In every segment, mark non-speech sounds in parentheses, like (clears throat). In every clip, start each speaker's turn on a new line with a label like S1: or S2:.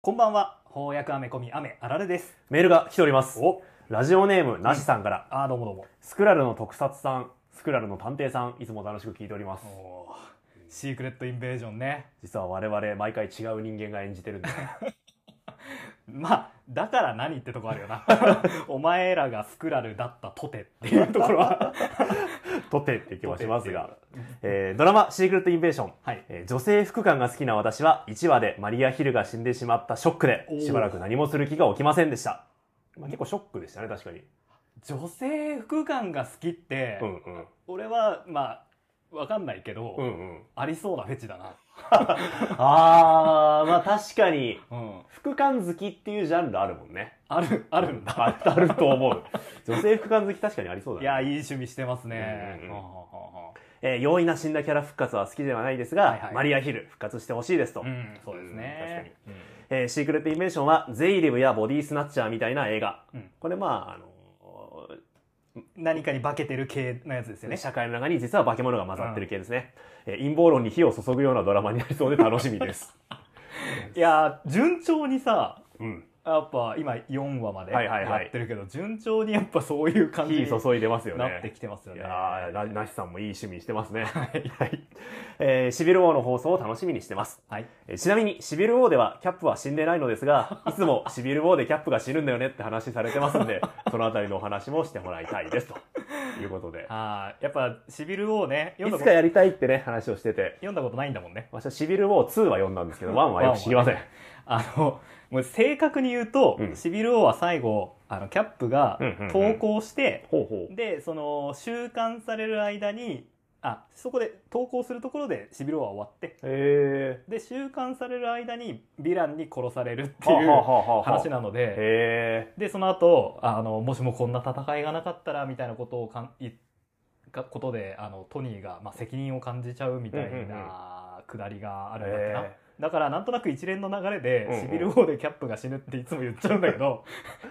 S1: こんばんは翻訳アメコミアメあられです
S2: メールが来ております。
S1: お
S2: ラジオネーム、なしさんから、
S1: あーどうもどうも
S2: スクラルの特撮さん、スクラルの探偵さん、いつも楽しく聞いております。
S1: おーシークレットインベージョンね
S2: 実は我々、毎回違う人間が演じてるん (laughs) で。
S1: まあだから何ってとこあるよ
S2: (laughs)
S1: なお前らがスクラルだったとてっていうところは
S2: とてって気はしますが。えードラマ、シークレットインベーション。
S1: はい
S2: えー女性副官が好きな私は、1話でマリア・ヒルが死んでしまったショックで
S1: おー、
S2: しばらく何もする気が起きませんでした。まあ、結構ショックでしたね、確かに。
S1: 女性副官が好きって、
S2: うんうん。
S1: 俺はまあわかんないけど、
S2: うんうん。
S1: ありそうなフェチだな
S2: あー、まあ確かに、
S1: うん
S2: 副官好きっていうジャンルあるもんね。
S1: あるあるんだ、
S2: ああると思う。女性副官好き確かにありそうだ
S1: い
S2: ね。
S1: やいい趣味してますね、
S2: うんうんう
S1: ほ
S2: ん
S1: うほうほうほう
S2: えー容易な死んだキャラ復活は好きではないですが、
S1: はいはい
S2: マリアヒル復活してほしいですと、
S1: うん、そうですね。
S2: えーシークレットインベーションはゼイリブやボディースナッチャーみたいな映画、
S1: うん
S2: これまああのー
S1: 何かに化けてる系のやつですよね。
S2: 社会の中に実は化け物が混ざってる系ですね、えー陰謀論に火を注ぐようなドラマになりそうで楽し
S1: (laughs)
S2: みです、
S1: いやー、順調にさ、
S2: うん、
S1: やっぱ今4話まで
S2: はいはいはい
S1: やってるけど、順調にやっぱそういう感じ
S2: 火
S1: にな
S2: 注いでますよね
S1: ってきてますよ
S2: い
S1: ね。
S2: やーななしさんもいい趣味してますね。はい。えーシビル王の放送を楽しみにしてます。
S1: はい。
S2: えーちなみに、シビル王ではキャップは死んでないのです (laughs) が、いつもシビル王でキャップが死ぬんだよねって話されてますんで、そのあたりのお話もしてもらいたいです、ということ (laughs) で。
S1: あーやっぱシビルをね、
S2: い
S1: 読んだ
S2: つ
S1: こ
S2: か
S1: と
S2: やりたいってね、話をしてて。
S1: 読んだことないんだもんね。
S2: 私はシビル王2は読んだんですけど、1はよく知りません。
S1: あの、もう正確に言うと、
S2: うん
S1: シビル王は最後、あの、キャップが
S2: うんうんうん
S1: 投稿して、
S2: ほうほう。
S1: で、その、収監される間に、あ、そこで投稿するところでシビル王は終わって、
S2: へ
S1: で収監される間にヴィランに殺されるっ
S2: ー。
S1: てい
S2: はあ
S1: う
S2: はあはあはあ
S1: 話なので
S2: へ
S1: でその後あのもしもこんな戦いがなかったらみたいなことをかんいかことであのトニーが、まあ、責任を感じちゃうみたい
S2: うんうんうん
S1: なくだりがあ
S2: ー。
S1: るんだってな、
S2: へ
S1: だからなんとなく一連の流れ
S2: うんう
S1: で
S2: ん
S1: シビル王でキャップが死ぬっていつも言っちゃうんだけ
S2: (laughs)
S1: ど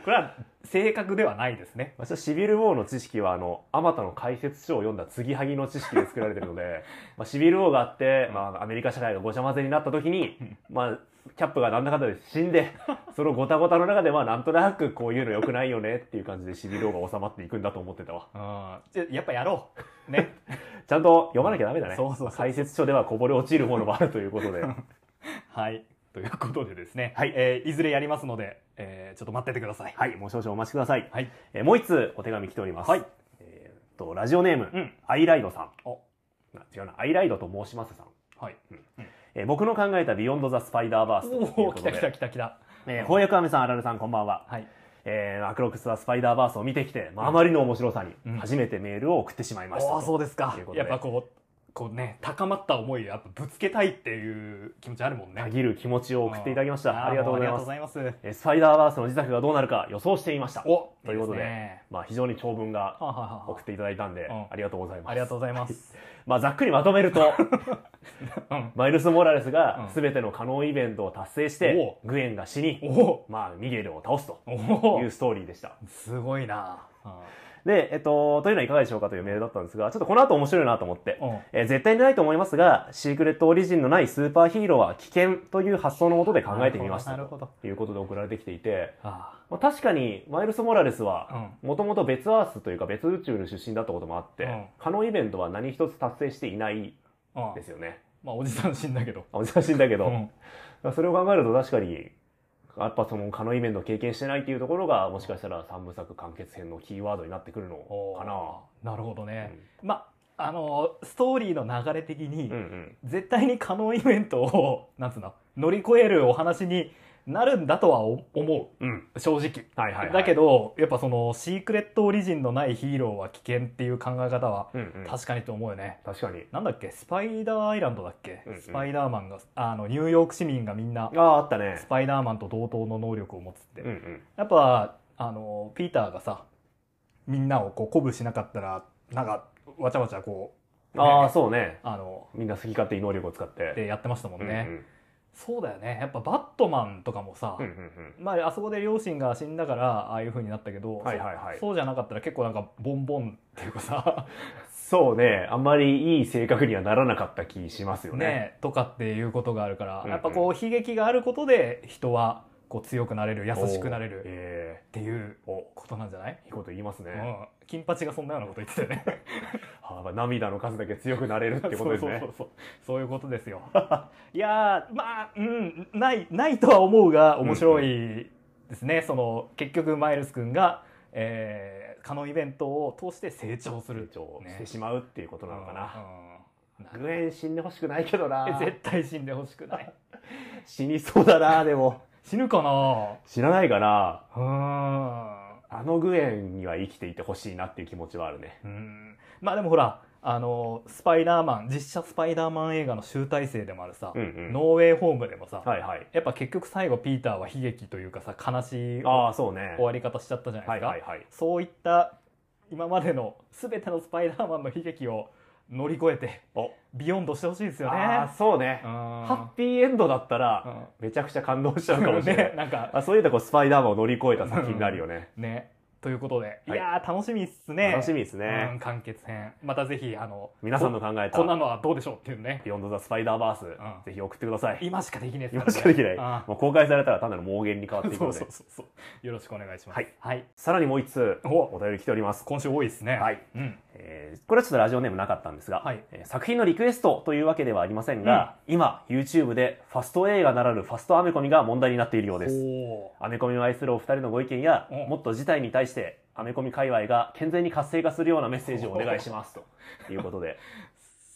S1: これは正確ではないですね。
S2: ー私はシビル王の知識は、あの、あまたの解説書を読んだ継ぎはぎの知識で作られてる
S1: (laughs)
S2: ので、まあ、シビル王があって、まあ、アメリカ社会がごちゃ混ぜになった時
S1: (laughs)
S2: に
S1: うん、
S2: まあ、キャップがなんだかんだで死んで、 (laughs) そのごたごたの中で、まあ、なんとなくこういうの良くないよねっていう感じでシビル王が収まっていくんだと思ってたわ。
S1: うん、じゃやっぱやろう。
S2: (laughs)
S1: ね。
S2: ちゃんと読まなきゃダメだね。
S1: そうそうそう
S2: 解説書ではこぼれ落ちるものもあるということで。
S1: はい。ということでですね、
S2: はい
S1: えーいずれやりますので、えーちょっと待っててください。
S2: はい、もう少々お待ちください。
S1: はい。
S2: えーもう一通お手紙来ております。
S1: はい。
S2: えーっと、ラジオネーム、
S1: うん
S2: アイライドさん。
S1: お
S2: あ違うな、アイライドと申しますさん。
S1: はい。
S2: えー僕の考えたビヨンド・ザ・スパイダーバースという
S1: おお、
S2: こ
S1: 来
S2: と
S1: た
S2: で。
S1: 来た来た来た。
S2: えー翻訳アメさん、アラルさん、こんばんは。
S1: はい。
S2: えー、アクロックスはスパイダーバースを見てきて、まあ、あまりの面白さ
S1: うん
S2: に、初めてメールを送ってしまいましたと。
S1: ああ、そうですか
S2: というこ。とで
S1: やっぱこう、こうね、高まった思いをやっぱぶつけたいっていう気持ちあるもんね。
S2: たぎる気持ちを送っていただきました。
S1: ん
S2: ありがとうございます
S1: ありがとうございます。
S2: えースパイダーバースの自作がどうなるか予想していました。
S1: お
S2: ということで
S1: いいすね
S2: まあ、非常に長文が
S1: はあはあはあ
S2: 送っていただいたんで、
S1: うん
S2: ありがとうございます。
S1: ありがとうございます。
S2: まあ、ざっくりまとめ
S1: (laughs)
S2: ると、
S1: うん。
S2: マイルス・モラレス
S1: うん
S2: が全ての可能イベントを達成して、グエンが死に、
S1: おお
S2: まあ、ミゲルを倒すと
S1: お
S2: い
S1: お
S2: うストーリーでした。
S1: すごいな。
S2: で、えっと、というのはいかがでしょうかというメールだったんですが、ちょっとこの後面白いなと思って
S1: う、ん。
S2: えー絶対にないと思いますが、シークレットオリジンのないスーパーヒーローは危険という発想のもとで考えてみました
S1: なるほどなるほど
S2: ということで送られてきていて、
S1: あ
S2: まあ、確かにマイルス・モラレス
S1: あ。う
S2: は、
S1: ん。
S2: もともと別アースというか別宇宙の出身だったこともあって、
S1: うん
S2: 可能イベントは何一つ達成していない
S1: うん
S2: ですよね。
S1: まあ、おじさん死んだけど。
S2: あおかしいんだけ
S1: う
S2: ど、
S1: ん。
S2: それを考えると確かに、やっぱその、カノイメントを経験してないっていうところが、もしかしたら三部作完結編のキーワードになってくるの
S1: おー
S2: かな。
S1: なるほど
S2: う
S1: ね。
S2: ん
S1: まあ、あのー、ストーリーの流れ的に、
S2: うんうん。
S1: 絶対に可能イベントをなんつうの乗り越えるお話になるんだとは思う
S2: うん。
S1: 正直、
S2: はいはいはい。
S1: だけ
S2: ど、
S1: どやっぱそのシークレットオリジンのないヒーローは危険っていう考え方は
S2: うんうん、
S1: 確かにと思うよね、
S2: 確かに。
S1: なんだっけスパイダーアイランドだっけ、
S2: うんうん
S1: スパイダーマンがあのニューヨーク市民がみんな
S2: ああ、あったね
S1: ス。パイダーマンと同等の能力を持つって、
S2: うんうん。
S1: やっぱあのピーターがさみんなをこう鼓舞しなかったらなんかわちゃわちゃこう、
S2: ああ、
S1: ね
S2: そうね。
S1: あの
S2: みんな好き勝手に能力を使って。
S1: でやってましたもんね、
S2: うんうん
S1: そうだよねやっぱバットマンとかもさ、
S2: うんうんうん。
S1: まあ、あそこで両親が死んだからああいう風になったけど、
S2: はいはいはい
S1: そそうじゃなかったら結構なんかボンボンっていうかさ
S2: そうね、あんまりいい性格にはならなかった気しますよ
S1: ね
S2: ね。
S1: とかっていうことがあるから、
S2: うんうん
S1: やっぱこう悲劇があることで人はこう強くなれる優しくなれ
S2: お
S1: るっ
S2: え
S1: ていうことなんじゃない、
S2: えいいこと言いますね。
S1: うん、金八がそんなようなこと言ってたよね。
S2: あーまあ涙の数だけ強くなれるってこと (laughs) です
S1: そう。そ
S2: ね
S1: うそうそうそういうことですよ。 (laughs) いやーまあうんないないとは思うが面白いですね。その結局マイルス君が、えー、カノンイベントを通して成長す
S2: 成
S1: る。
S2: 長
S1: ね
S2: してしまうっていうことなのかな。
S1: うん。うん
S2: グエン死んでほしくないけど (laughs) な
S1: え。絶対死んでほしくない。
S2: 死にそうだな、でも。
S1: 死ぬかな。
S2: 知らないから、
S1: うーん。
S2: あのグエンには生きていてほしいなっていう気持ちはあるね。
S1: うんまあでもほらあのスパイダーマン実写スパイダーマン映画の集大成でもあるさ、
S2: うんうん。
S1: ノーウェイホームでもさ、
S2: はいはい。
S1: やっぱ結局最後ピーターは悲劇というかさ悲しい終
S2: ああ、そうね。
S1: わり方しちゃったじゃないで
S2: は
S1: す
S2: い
S1: か、
S2: はいはい。
S1: そういった今までの全てのスパイダーマンの悲劇を乗り越えて
S2: お、
S1: ビヨンドしてほしいですよね。
S2: ああ、そうね。ハッピーエンドだったら、めちゃくちゃ感動しちゃうかもしれな
S1: ね
S2: い。
S1: なんか
S2: あそういうとこスパイダーマンを乗り越えた作品になるよね。
S1: ねということで、
S2: はい
S1: い、やー楽しみっすね。
S2: 楽しみです
S1: う
S2: ね。
S1: ん完結編またぜひあの
S2: 皆さんの考えた、
S1: こんなのはどうでしょうっていうね
S2: ビヨンド・ザ・スパイダーバース、
S1: ん
S2: ぜひ送ってください。
S1: 今しかできないです
S2: 今
S1: らね
S2: しかできない。
S1: あ
S2: もう公開されたら単なる妄言に変わっていく
S1: そ
S2: の
S1: う
S2: で。
S1: そうそうそうよろしくお願いします
S2: はい、
S1: はい、
S2: さらにもう一通、
S1: お
S2: お便り来ております。
S1: 今週多いですね
S2: はい、
S1: うん、
S2: えーこれはちょっとラジオネームなかったんですが、
S1: はい
S2: えー作品のリクエストというわけではありませんが、今、YouTube でファスト映画ならぬファストアメコミが問題になっているようです。
S1: お
S2: アメコミを愛するお二人のご意見や、
S1: うん
S2: もっと事態に対して、アメコミ界隈が健全に活性化するようなメッセージをお願いします。ということで、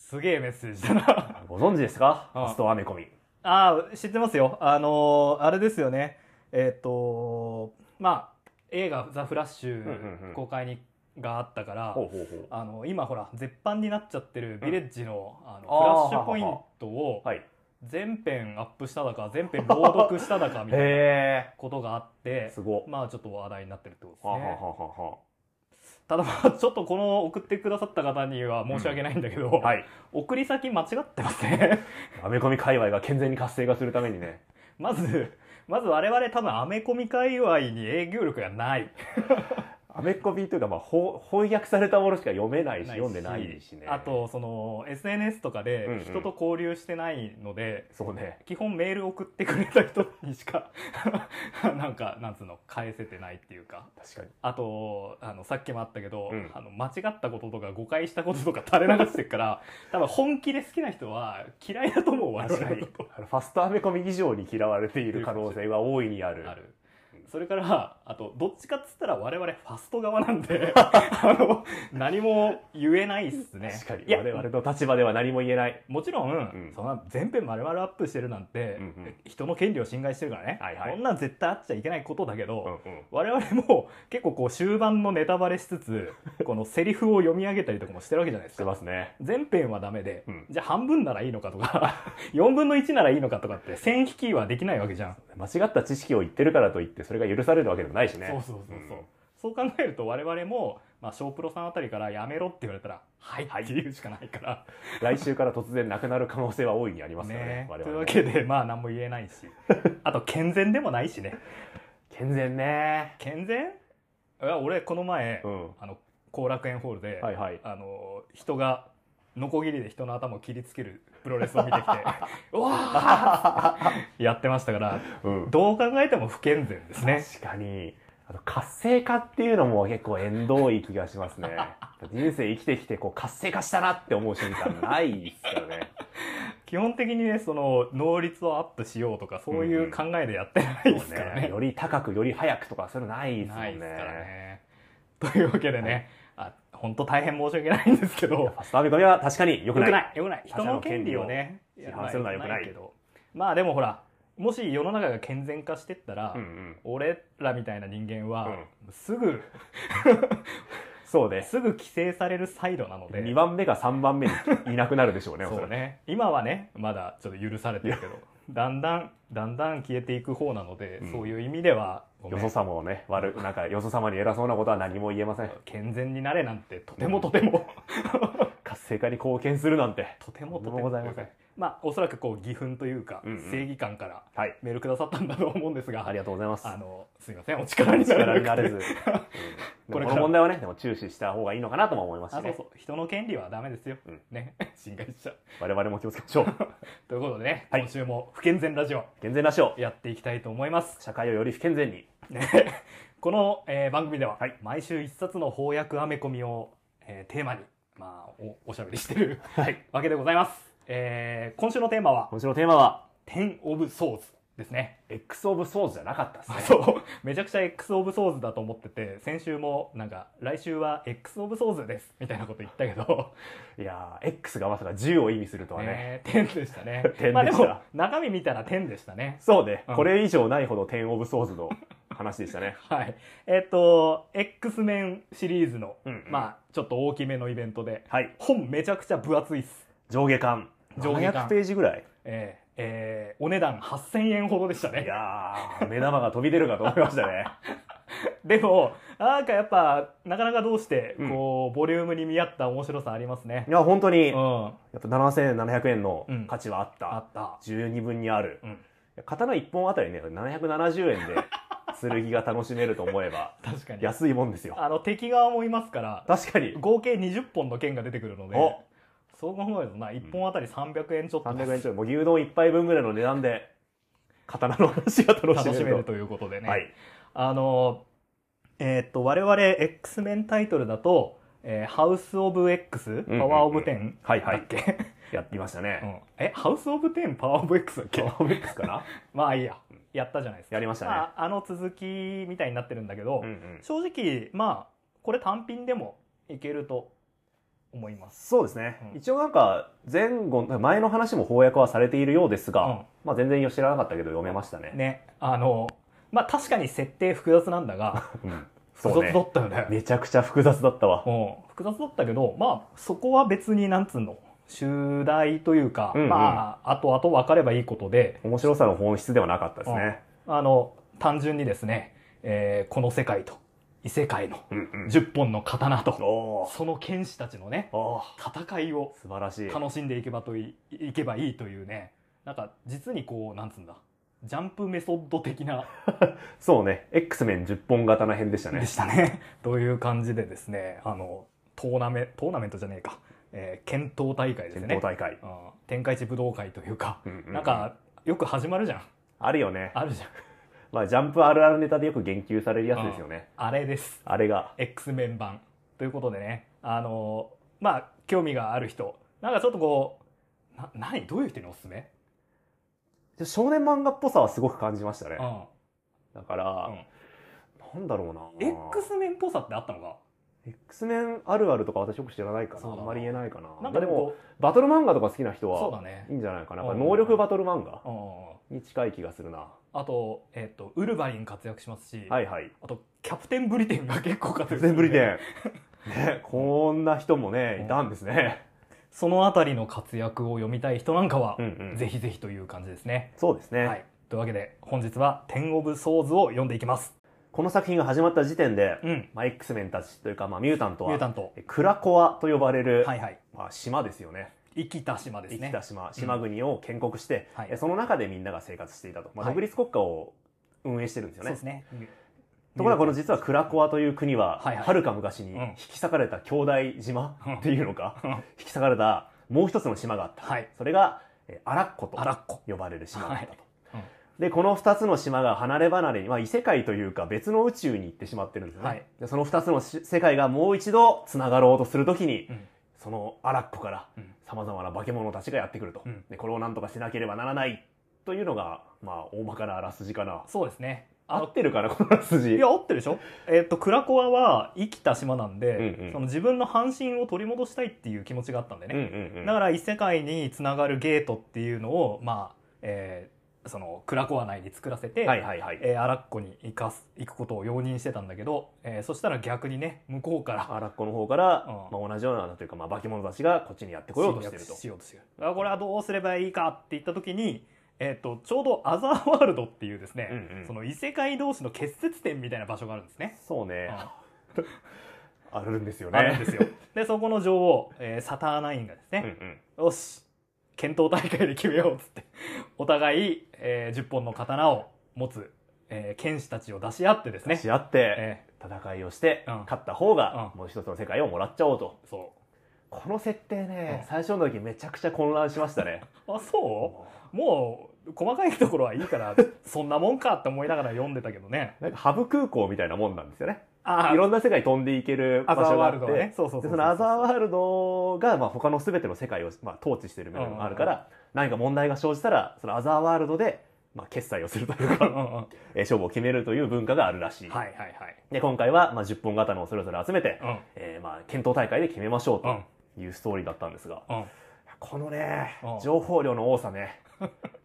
S1: すげえメッセージだな
S2: ご存知ですかフ
S1: うん
S2: ァストアメコミ。
S1: (laughs) ああ知ってますよあのーあれですよねえっ、とまあ映画「ザ・フラッシ
S2: うんうんう
S1: ュ
S2: ん」
S1: 公開にがあったから、
S2: ほうほうほう。
S1: あの今ほら絶版になっちゃってるヴィレッジの,、あのフ
S2: あー
S1: ラッシュポイントを
S2: はい。
S1: 全編アップしただか全編朗読しただかみたいな
S2: へ
S1: ことがあっ
S2: え。
S1: て
S2: すごっ。
S1: まあちょっと話題になってるってことです
S2: ははは
S1: ね。
S2: はは
S1: ただまあちょっとこの送ってくださった方には申し訳ないんだけど、
S2: はい。
S1: 送り先間違ってますね
S2: アメコミ界隈が健全に活性化するためにね。
S1: (laughs) まずまず我々多分アメコミ界隈に営業力がない
S2: アメコミというか、まあ、ほ翻訳されたものしか読めないし、読んでないしね。
S1: あ、とその SNS とか
S2: うんう
S1: で
S2: ん
S1: 人と交流してないので、
S2: そうね。
S1: 基本メール送ってくれた人にしか (laughs) なんかなんつうの返せてないっていうか
S2: 確かに。
S1: あとあのさっきもあったけど、
S2: うん
S1: あの間違ったこととか誤解したこととか垂れ流してるから
S2: (laughs)
S1: 多分本気で好きな人は嫌いだと思う我
S2: 確か
S1: 々
S2: に
S1: のこと。
S2: あのファストアメコミ以上に嫌われている可能性は大いにある。
S1: あるそれからあとどっちかっつったら我々ファスト側なん
S2: (laughs)
S1: であの何も言えないっすね
S2: 確かに。
S1: いや
S2: 我々の立場では何も言えない。
S1: もちろん、
S2: うん
S1: そんな全編丸々アップしてるなんて、
S2: うんうん
S1: 人の権利を侵害してるからね、
S2: はいはい
S1: こんなん絶対あっちゃいけないことだけど、
S2: うんうん。
S1: 我々も結構こう終盤のネタバレしつつこのセリフを読み上げたりとかもしてるわけじゃないで
S2: し
S1: す
S2: て
S1: か
S2: ますね。
S1: 全編はダメで、
S2: うん
S1: じゃあ半分ならいいのかとか (laughs) 4分の1ならいいのかとかって線引きはできないわけじゃん
S2: 間違った知識を言ってるからといって、それが許されるわけでもないしね。
S1: そうそうそうそう、
S2: うん
S1: そう考えると我々も、まあ、小プロさんあたりからやめろって言われたら「はい」っていうしかないから、
S2: 来週から突然なくなる可能性は大いにありますからね。
S1: ね
S2: 我
S1: という
S2: 々も
S1: わけで (laughs) まあ何も言えないしあと健全でもないしね
S2: 健全ね。
S1: 健全いや俺この前、
S2: うん。
S1: あの後楽園ホールで、
S2: はいはい。
S1: あの人がノコギリで人の頭を切りつけるプロレスを見てきて
S2: (laughs)
S1: 「うわー!」やってましたから
S2: うん。
S1: どう考えても不健全です (laughs) ね。
S2: 確かに。あと活性化っていうのも結構縁遠い気がし
S1: (laughs)
S2: ますね。人生生きてきてこう活性化したなって思う瞬間ないですからね。
S1: 基本的にねその能率をアップしようとかそういう考えでやってないですからね。
S2: より高くより早くとかそういうのないですもん
S1: ない
S2: ね。
S1: ですからね。というわけでね、あ本当大変申し訳ないんですけど
S2: ファストアメコミは確かに良
S1: よ
S2: くない。
S1: よくない
S2: 他者
S1: 人
S2: の
S1: の権利をね
S2: 利を批判するのは良くない
S1: けどまあでもほらもし世の中が健全化してったら、
S2: うんうん。
S1: 俺らみたいな人間は、すぐ
S2: そうです。
S1: すぐ規制されるサイドなので
S2: 2番目か3番目にいなくなるでしょうね、お
S1: そ
S2: ら
S1: う
S2: く
S1: ね今はねまだちょっと許されてるけどだんだんだんだん消えていく方なので、
S2: うん
S1: そういう意味ではごめ
S2: よ
S1: ん
S2: そ様をね、悪く、なんか、よそ様に偉そうなことは何も言えません。
S1: 健全にな
S2: (laughs)
S1: れなんてとてもとても、
S2: 活性化に貢献するなんて。
S1: とてもとて
S2: とんで
S1: も
S2: もございません
S1: まあ、おそらくこう義憤というか、
S2: うんうん
S1: 正義感から
S2: はい。
S1: メールくださったんだと思うんですが
S2: ありがとうございます。
S1: あのすいませんお力になれな
S2: 力
S1: く
S2: に
S1: て
S2: なれず。うん
S1: (laughs) こ
S2: こ
S1: れから
S2: の問題はね、でも注視した方がいいのかなとも思います
S1: あ
S2: し
S1: そう
S2: ね
S1: そ。う人の権利はダメですよ、
S2: うん
S1: ね (laughs) 侵害しちゃう
S2: 我々も気をつけましょう。 (laughs)
S1: ということでね、
S2: はい
S1: 今週も不健全ラジオ
S2: 健全なしを、
S1: やっていきたいと思います
S2: 社会をより不健全に。
S1: ね、この、えー番組では、
S2: はい
S1: 毎週一冊の翻訳アメコミを、えーテーマに、まあ、おおしゃべりしてる
S2: はい。
S1: わけでございます、えー今週のテーマは
S2: 今週のテーマは、
S1: 「10 of Souls」ですね
S2: X of Souls じゃなかったですね。
S1: (laughs) そうめちゃくちゃ X of Souls だと思ってて先週もなんか来週は X of Souls ですみたいなこと言ったけど、
S2: いやー、X がまさか10を意味するとはね。
S1: ね、10でした
S2: (laughs)
S1: ね
S2: 10
S1: まあで
S2: でし
S1: も
S2: た
S1: 中身見たら10でしたね
S2: そうね
S1: うん。。
S2: これ以上ないほど10 of Souls の話でしたね
S1: (laughs) はいえっ、と X メンシリーズの、
S2: うん
S1: まあちょっと大きめのイベントで
S2: はい。
S1: 本めちゃくちゃ分厚いっす
S2: 上下巻。
S1: 上下巻
S2: 700ページぐらい。
S1: えーえーお値段8000円ほどでした
S2: い
S1: ね。
S2: やー、目玉が飛び出るかと思いましたね。
S1: でも、なんかやっぱ、なかなかどうして、
S2: うん
S1: こう、ボリュームに見合った面白さありますね
S2: い。や、本当
S1: う
S2: に、やっ
S1: ん。あ
S2: ぱ7700円の
S1: うん
S2: 価値はあった。
S1: った。
S2: 十二分にある
S1: う。ん。
S2: 刀1本あたりね、770円で、剣が楽しめると思え
S1: (laughs)
S2: ば、
S1: 確かに。
S2: 安いもんですよ。
S1: あの、敵側もいますから、
S2: 確
S1: (laughs)
S2: かに。
S1: 合計20本の剣が出てくるので、
S2: お
S1: そう考えるとな、1本あたり300円ちょっとです
S2: 300円ちょい。もう牛丼1杯分ぐらいの値段で、刀の話が楽し
S1: 楽
S2: め
S1: しめ
S2: る
S1: る
S2: と。
S1: ということでね。
S2: はい。
S1: あの、えーっと、我々、X メンタイトルだと、えーハウス・オブ・ X、パ
S2: うん
S1: ワー・オブ・テン、
S2: はいは
S1: だっ
S2: い。
S1: け、
S2: やってましたね。
S1: うんえ、ハウス・オブ・テン、パワー・オブ・ X だっけ
S2: パワーオブ X かな
S1: (laughs) まあいいや、やったじゃないですか。
S2: やりましたね
S1: あ、あの続きみたいになってるんだけど、
S2: うんうん。
S1: 正直、まあ、これ単品でもいけると思います。
S2: そうですね。
S1: うん
S2: 一応なんか、前後、前の話も翻訳はされているようですが、
S1: うん
S2: まあ全然知らなかったけど読めましたね。
S1: ね、あの、まあ確かに設定複雑なんだが、
S2: (laughs) うんそ
S1: 複
S2: うね
S1: 雑だったよね。
S2: めちゃくちゃ複雑だったわ。
S1: うん、複雑だったけど、まあそこは別になんつうの、主題というか、
S2: うんうん
S1: まあ、後々分かればいいことで、
S2: 面白さの本質ではなかったですね。
S1: あの、単純にですね、えーこの世界と異世界の
S2: うんうん
S1: 10本の刀と、
S2: おー
S1: その剣士たちのね、
S2: おー
S1: 戦いを
S2: 素晴らしい。
S1: 楽しんでいけばといいけばいいというねなんか実にこうなんつうんだジャンプメソッド的な
S2: そうね。X メン10本型の編でした
S1: で
S2: ね。
S1: したね (laughs) という感じでですねあのトーナメトーナメントじゃねえか、えー、検討大会です
S2: 戦
S1: ね
S2: 闘大会。
S1: うん天下一武道会というか、
S2: うんうう
S1: なん、かよく始まるじゃん
S2: あるよね。
S1: あるじゃん
S2: まあ、ジャンプあるあるネタでよく言及されるやつですよね。
S1: あれです
S2: あれが。
S1: X メン版ということでねあのまあ興味がある人なんかちょっとこうな何どういう人におすすめ、
S2: 少年漫画っぽさはすごく感じましたね
S1: う。ん
S2: だから、なんだろうな
S1: X メンっぽさってあったのか
S2: X メンあるあるとか私よく知らないから、
S1: そう
S2: あ
S1: だなん
S2: まり言えないかな。
S1: なんかで
S2: まあ
S1: も
S2: バトル漫画とか好きな人
S1: そうだ
S2: は、
S1: ね
S2: いいんじゃないかな。
S1: うん
S2: やっぱ能力バトル漫画
S1: う
S2: に近い気がするな。
S1: ん、あと,、えっとウルヴァリン活躍しますし、
S2: はい
S1: (laughs)
S2: はい。
S1: あとキャプテンブリテンが結構活躍
S2: 全
S1: する
S2: 然
S1: んで
S2: ぶりで。ね、こんな人もね、いたんですね。
S1: そのあたりの活躍を読みたい人なんかは、
S2: ん
S1: ぜひぜひという感じですね、
S2: そうですね。
S1: はい、というわけで本日は「テン・オブ・ソーズ」を読んでいきます
S2: この作品が始まった時点で、
S1: うん
S2: まあ、X メンたちというか、まあ、ミュータント
S1: ミュータ
S2: は、
S1: ント
S2: クラコアと呼ばれる、
S1: はいはい
S2: まあ、島ですよね。
S1: 生きた島です
S2: 生き
S1: ね
S2: た島、島国を建国して、
S1: はい
S2: えその中でみんなが生活していたと。まあ、
S1: はい
S2: 独立国家を運営してるんですよ
S1: そう
S2: ね。
S1: ですね
S2: ところがこの実はクラコアという国は、
S1: はいはい
S2: はるか昔に
S1: うん
S2: 引き裂かれた兄弟島
S1: うん
S2: っていうのか、
S1: うん
S2: 引き裂かれたもう一つの島があった。
S1: はい
S2: それが、えーアラッコと
S1: アラッコ
S2: 呼ばれる島だったと。
S1: はいうん
S2: で、この二つの島が離れ離れに、まあ異世界というか別の宇宙に行ってしまってるんですね。
S1: はい
S2: でその二つのし世界がもう一度繋がろうとするときに、
S1: うん
S2: そのアラッコから
S1: うん
S2: 様々な化け物たちがやってくると、
S1: うん
S2: で。これを何とかしなければならないというのが、まあ大まかなあらすじかな。
S1: そうですねあ
S2: 合
S1: の
S2: ってるかな、このあらすじ。
S1: いや合ってるでしょ、えっとクラコアは生きた島なんで、
S2: うんうん
S1: その自分の半身を取り戻したいっていう気持ちがあったんでね、
S2: うんうんうん
S1: だから異世界につながるゲートっていうのを、まあえーそのクラコア内に作らせて、
S2: はいはいはい。
S1: えーアラッコに行かす行くことを容認してたんだけど、えーそしたら逆にね向こうから
S2: アラッコの方から、
S1: う
S2: まあ、同じようなというか、まあ、化け物たちがこっちにやってこようとしてる
S1: 侵
S2: と
S1: 略。しようとしてるあこれはどうすればいいかって言った時に、えー、とちょうどアザーワールドっていうですね、
S2: うんうん
S1: その異世界同士の結節点みたいな場所があるんですね。
S2: そうね。あるんですよ
S1: うんあるん
S2: ね。
S1: ですよ。で、そこの女王、えーサターナインがです
S2: うん
S1: ね、
S2: うん
S1: よし、検討大会で決めようっつって (laughs) お互い、えー10本の刀を持つ、えー剣士たちを出し合ってですね
S2: し合って、
S1: え
S2: 戦いをして、
S1: うん
S2: 勝った方が、
S1: うん
S2: もう一つの世界をもらっちゃおうと。
S1: ーそ
S2: この設定ね、
S1: うん
S2: 最初の時めちゃくちゃ混乱しましたね。
S1: うあそうもう細かいところはいいから (laughs) そんなもんかって思いながら読んでたけどね
S2: なんかハブ空港みたいなもんなんですよね。
S1: あ
S2: いろんな世界飛んでいける場
S1: アザー
S2: 所が
S1: ワ
S2: あ
S1: ー
S2: っ
S1: ル
S2: て
S1: ド、ねそうそうそ
S2: で
S1: う
S2: そのアザーワールドが、まあ、他の全ての世界を、まあ、統治してる面もあるから、何か問題が生じたらそのアザーワールドで、まあ、決済をするという
S1: うんう
S2: か、 (laughs)
S1: んうんはい
S2: えー勝負を決めるという文化があるらしい、
S1: はいはい
S2: で今回は、まあ、10本刀をそれぞれ集めて、
S1: うん
S2: えーまあ、検討大会で決めましょう
S1: うん
S2: というストーリーだったんですが、
S1: うん
S2: このね
S1: うん
S2: 情報量の多さ (laughs) ね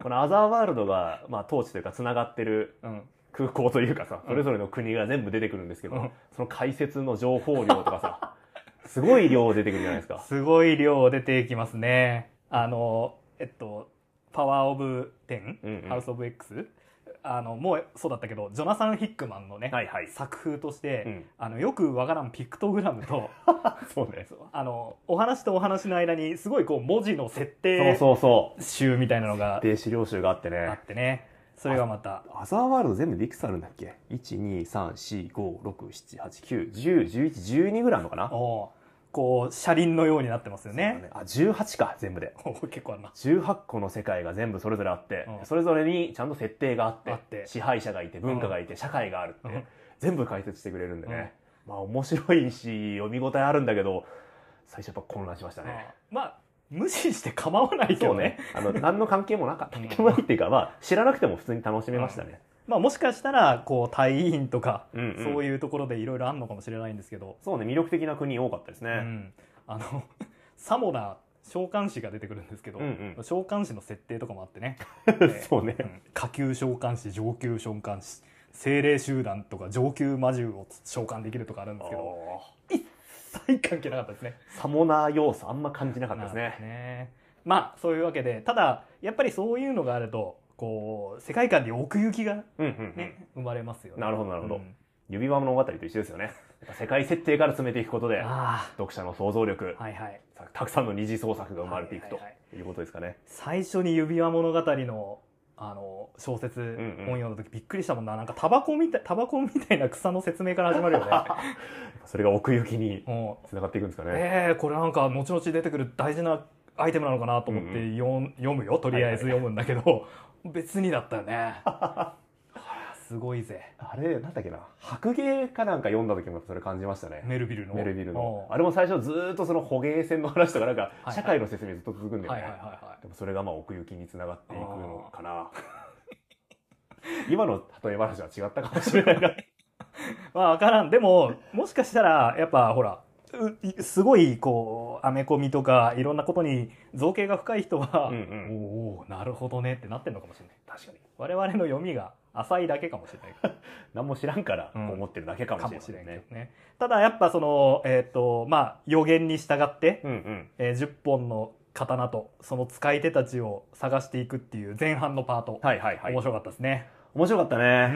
S2: このアザーワールドが、まあ、統治というかつながってる
S1: うん
S2: 空港というかさ
S1: うん
S2: それぞれの国が全部出てくるんですけど、
S1: うん
S2: その解説の情報量と (laughs) かさすごい量出てくるじゃないですか。
S1: すごい量出てきますね。あの、えっと、パワーオブ10、
S2: うんうん
S1: ハウスオブ X、あの、もうそうだったけど、ジョナサン・ヒックマンのね、
S2: はいはい。
S1: 作風として、
S2: うん
S1: あの、よくわからんピクトグラムと、
S2: (laughs) そうね。そ
S1: あの、お話とお話の間に、すごいこう、文字の設
S2: う
S1: 定
S2: そうそ
S1: 集みたいなのが
S2: う。で、資料集があって
S1: あ
S2: ね。
S1: ってね、それがまた、
S2: アザーワールド全部でいくつあるんだっけ ?1,2,3,4,5,6,7,8,9,10,11,12 ぐらいあるのかな
S1: おうこう、車輪のようになってますよ
S2: そうだ
S1: ね。
S2: あ、18か、全部で。
S1: おう結構あるな。
S2: 18個の世界が全部それぞれあって、
S1: うん
S2: それぞれにちゃんと設定があって
S1: あって
S2: 支配者がいて文化がいて、社会があるって、
S1: うん
S2: 全部解説してくれるんでね、まあ面白いし読み応えあるんだけど最初やっぱ混乱しましたね。
S1: うんまあ、無視して構わないけ
S2: そ
S1: ど
S2: う
S1: ね
S2: ね。あ
S1: (laughs)
S2: の何の関係もなかった
S1: うん
S2: 関係もないっていうか、まあ、知らなくても普通に楽しめましたね、
S1: まあ、もしかしたらこう隊員とか、
S2: うんうん
S1: そういうところでいろいろあるのかもしれないんですけど、
S2: そうね魅力的な国多かったです
S1: う
S2: ね、
S1: んあの (laughs) サモナー召喚士が出てくるんですけど、
S2: うんうん
S1: 召喚士の設定とかもあって
S2: (laughs)
S1: ね
S2: そうね、
S1: うん下級召喚士上級召喚士精霊集団とか上級魔獣を召喚できるとかあるんですけど
S2: おー
S1: 一切関係なかったですね。
S2: サモナー要素あんま感じなかったです
S1: なん
S2: ね
S1: かねまあそういうわけでただやっぱりそういうのがあるとこう世界観に奥行きが、
S2: うんうんうん、
S1: ね生まれますよね。
S2: なるほどなるほど、
S1: うん
S2: 指輪物語と一緒ですよねやっぱ世界設定から詰めていくことで
S1: あ
S2: 読者の想像力、
S1: あはいはい。
S2: たたくさんの二次創作が生まれていくと
S1: はいはい
S2: いうことですかね。
S1: 最初に「指輪物語の」あの小説
S2: んうん
S1: 本読んだ時びっくりしたもんななんかタバコみたいタバコみたいな草の説明から始まるよ
S2: (laughs)
S1: ね
S2: それが奥行きに
S1: うん
S2: つながっていくんですかね。
S1: えー、これなんか後々出てくる大事なアイテムなのかなと思って読,、読むよとりあえず
S2: はい
S1: 読むんだけど、別にだったよねはあすごいぜ
S2: あれ、なんだっけな。白芸かなんか読んだ時もそれ感じましたね。
S1: メルビルの
S2: メルビルの。
S1: うん
S2: あれも最初ずーっとその捕鯨船の話とかなんか
S1: はい
S2: 社会の説明ずっと続くんだよ
S1: は
S2: ね。
S1: いはいはいは
S2: でもそれがまあ奥行きにつながっていくのかな。 (laughs) 今の例え話は違ったかもしれない
S1: (laughs)
S2: が。
S1: いまあ分からんでももしかしたらやっぱほらういすごいこうアメコミとかいろんなことに造形が深い人は、
S2: うんうん
S1: おーおーなるほどねってなってんのかもしれない
S2: 確かに。
S1: 我々の読みが浅いだけかもしれない
S2: 何も知らんから
S1: うん
S2: 思ってるだけかも
S1: か
S2: しれ
S1: も
S2: な
S1: し
S2: い
S1: れないけど
S2: ね。
S1: ねただやっぱそのえっ、とまあ予言に従って、
S2: うんうん。
S1: えー10本の刀とその使い手たちを探していくっていう前半のパート、
S2: はいはいはい
S1: 面。白かったですね、
S2: 面白かったね。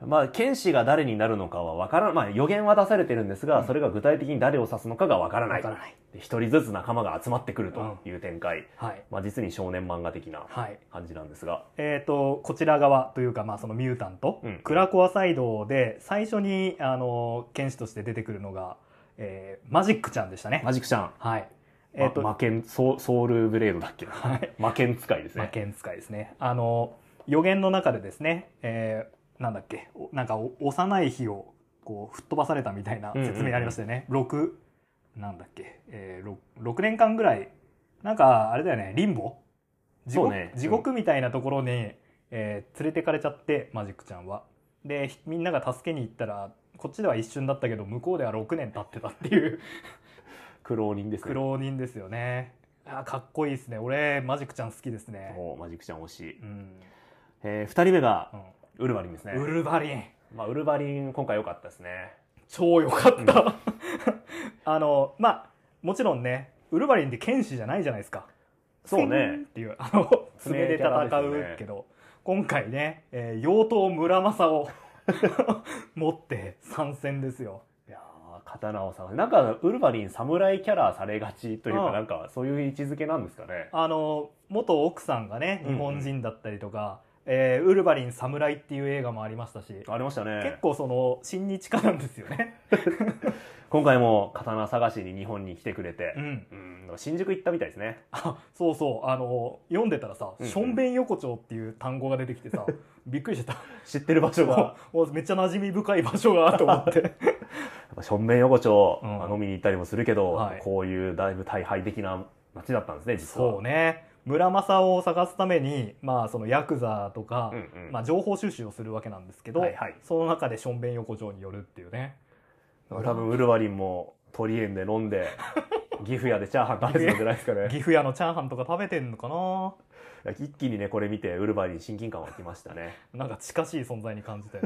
S1: うん
S2: まあ、剣士が誰になるのかは分からん、まあ、予言は出されてるんですが、
S1: うん
S2: それが具体的に誰を指すのかが分からな
S1: わ
S2: い
S1: からない
S2: で一人ずつ仲間が集まってくるという展開、
S1: はい
S2: まあ、実に少年漫画的な
S1: はい
S2: 感じなんですが、
S1: えー、とこちら側というか、まあ、そのミュータント、
S2: うん
S1: クラコアサイドで最初にあの剣士として出てくるのが、えーマジックちゃんでしたね。
S2: マジックちゃん、
S1: はい
S2: え
S1: えーと
S2: 魔剣ソウソウルブレードだっけな、
S1: はい
S2: 魔剣使いです
S1: まあ、
S2: ね
S1: 剣使いですね。あの予言の中でですね、えーなんだっけ、おなんかお幼い日をこう吹っ飛ばされたみたいな説明ありましたよね。六、なんだっけ、えーろく、六年間ぐらいなんかあれだよね、リンボ、地
S2: そう
S1: 獄、
S2: ね
S1: 地獄みたいなところに、えー連れてかれちゃってマジックちゃんは。でひみんなが助けに行ったら。こっちでは一瞬だったけど向こうでは6年経ってたっていう
S2: 苦労人です
S1: 苦
S2: ね
S1: 労人ですよねあーかっこいいですね俺マジックちゃん好きですね
S2: そうマジックちゃん推し
S1: う、ん
S2: えー、二人目が
S1: うん
S2: ウルヴァリンですね
S1: ウルヴァリン
S2: まあ、ウルヴァリン今回良かったですね
S1: 超良かった、 (laughs) あのまあもちろんねウルヴァリンって剣士じゃないじゃないですか
S2: そう
S1: スイン
S2: ね
S1: っていうあの爪で戦
S2: 爪キャラです
S1: う
S2: ね
S1: けど、今回ね、え
S2: (laughs)
S1: ー、妖刀村正を持って参戦ですよ
S2: いやー刀を探すなんかウルヴァリン侍キャラされがちという
S1: あ
S2: か
S1: あ
S2: なんかそういう位置づけなんですかね
S1: あの元奥さんがね
S2: うんう
S1: 日
S2: ん
S1: 本人だったりとか、えーウルヴァリン侍っていう映画もありましたし、
S2: ありましたね
S1: 結構その親日家なんですよね。
S2: 今回も刀探しに日本に来てくれて
S1: う、ん、
S2: うん、新宿行ったみたいですね
S1: あそうそうあの読んでたらさ「
S2: うんうん
S1: しょんべん横丁」っていう単語が出てき
S2: (laughs)
S1: てさびっくりしてた
S2: 知ってる場所がや
S1: おおめっちゃ馴染み深い場所がと思
S2: (laughs)
S1: って
S2: っぱ正面横丁、
S1: うん
S2: あ飲みに行ったりもするけど、
S1: はい
S2: こういうだいぶ大敗的な街だったんですね実は
S1: そうね村正を探すために、まあ、そのヤクザとか、
S2: うんうん
S1: まあ、情報収集をするわけなんですけど、
S2: はいはい
S1: その中でしょんべん横丁に寄るっていうね
S2: 多分ウルヴァリンもトリエンで飲んで (laughs) ギフ屋でチャーハン食べてたんじゃないですかね
S1: 岐阜屋のチャーハンとか食べてんのかない
S2: や一気にねこれ見てウルヴァリン親近感湧きましたね
S1: なんか近しい存在に感じ
S2: (laughs)
S1: て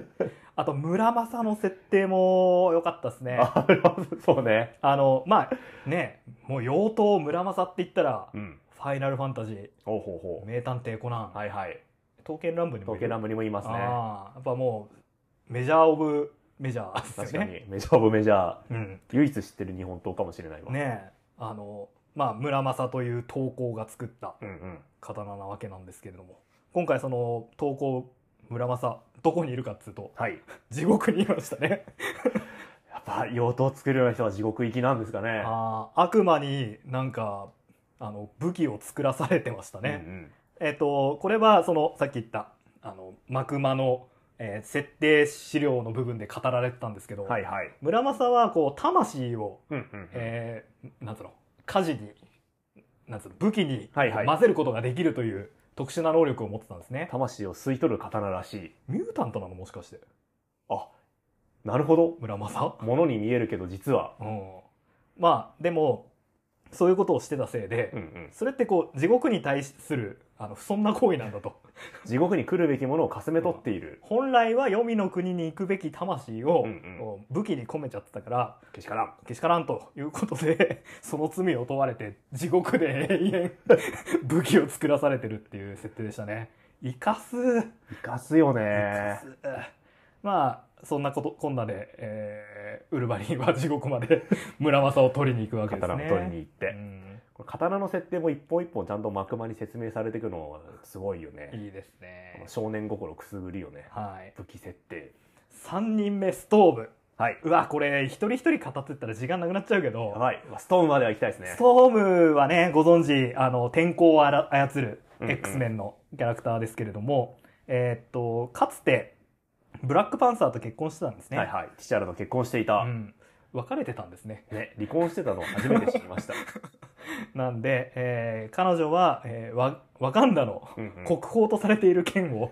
S1: あと村正の設定も良かったですね
S2: あれは (laughs) そうね
S1: あのまあねもう妖刀村正って言ったら「
S2: うん
S1: ファイナルファンタジー」
S2: ほうほう
S1: 「
S2: ほ
S1: 名探偵コナン
S2: う」はいはい
S1: 刀剣乱舞」にも
S2: 東
S1: いる
S2: 京ラムにもいますね
S1: あーやっぱもうメジャー・オブ・メジャーですよね
S2: 確かにメジャーオブメジャ
S1: う
S2: ー
S1: ん、
S2: 唯一知ってる日本刀かもしれないわ
S1: ねえあのまあ村正という刀工が作った
S2: うんうん
S1: 刀なわけなんですけれども今回その刀工村正どこにいるかっつうと
S2: はい
S1: 地獄にいました (laughs) ね
S2: やっぱ妖刀作るような人は地獄行きなんですかね
S1: あー悪魔になんかあの武器を作らされてましたね、
S2: うん
S1: えっとこれはそのさっき言ったあの幕間の、えー設定資料の部分で語られてたんですけど、
S2: うん、はいはい
S1: 村正はこう魂を、
S2: うんうんうん
S1: えーなんつうの家事になんつうの武器に
S2: はいはい
S1: 混ぜることができるという特殊な能力を持ってたんですね、
S2: 魂を吸い取る刀らしい
S1: ミュータントなのもしかして
S2: あなるほど
S1: 村正、
S2: 物に見えるけど実は
S1: うん、まあでもそういうことをしてたせいで、
S2: うんうん
S1: それってこう地獄に対するあの不遜な行為なんだと
S2: 地獄に来るべきものをかすめ取っている、
S1: 本来は黄泉の国に行くべき魂を、
S2: うんうん
S1: こう武器に込めちゃってたから
S2: けしからん
S1: けしからんということで (laughs) その罪を問われて地獄で永遠 (laughs) 武器を作らされてるっていう設定でしたね。生かす
S2: 生かすよ
S1: 生
S2: ね
S1: かすまあそんなことこんなで、えーウルヴァリンは地獄まで (laughs) 村正を取りに行くわけですね。
S2: 刀を取りに行って、
S1: うん
S2: これ刀の設定も一本一本ちゃんと幕間に説明されていくのすごいよね
S1: いいですね。
S2: 少年心くすぐるよね
S1: はい。
S2: 武器設定
S1: 3人目ストーブ
S2: はい、
S1: うわこれ一人一人語ってったら時間なくなっちゃうけ
S2: や
S1: ど
S2: ばいストーンまでは行きたいですね
S1: ストームはねご存知あの天候をあら操る
S2: うんうん
S1: X メンのキャラクターですけれども、えーっとかつてブラックパンサーと結婚してたんですね、
S2: はいはいティシャルと結婚していた、
S1: うん、別れてたんですね
S2: ね、離婚してたの初めて知りました
S1: (laughs) なんで、えー彼女は、えーワワカンダの
S2: うんうん
S1: 国宝とされている剣を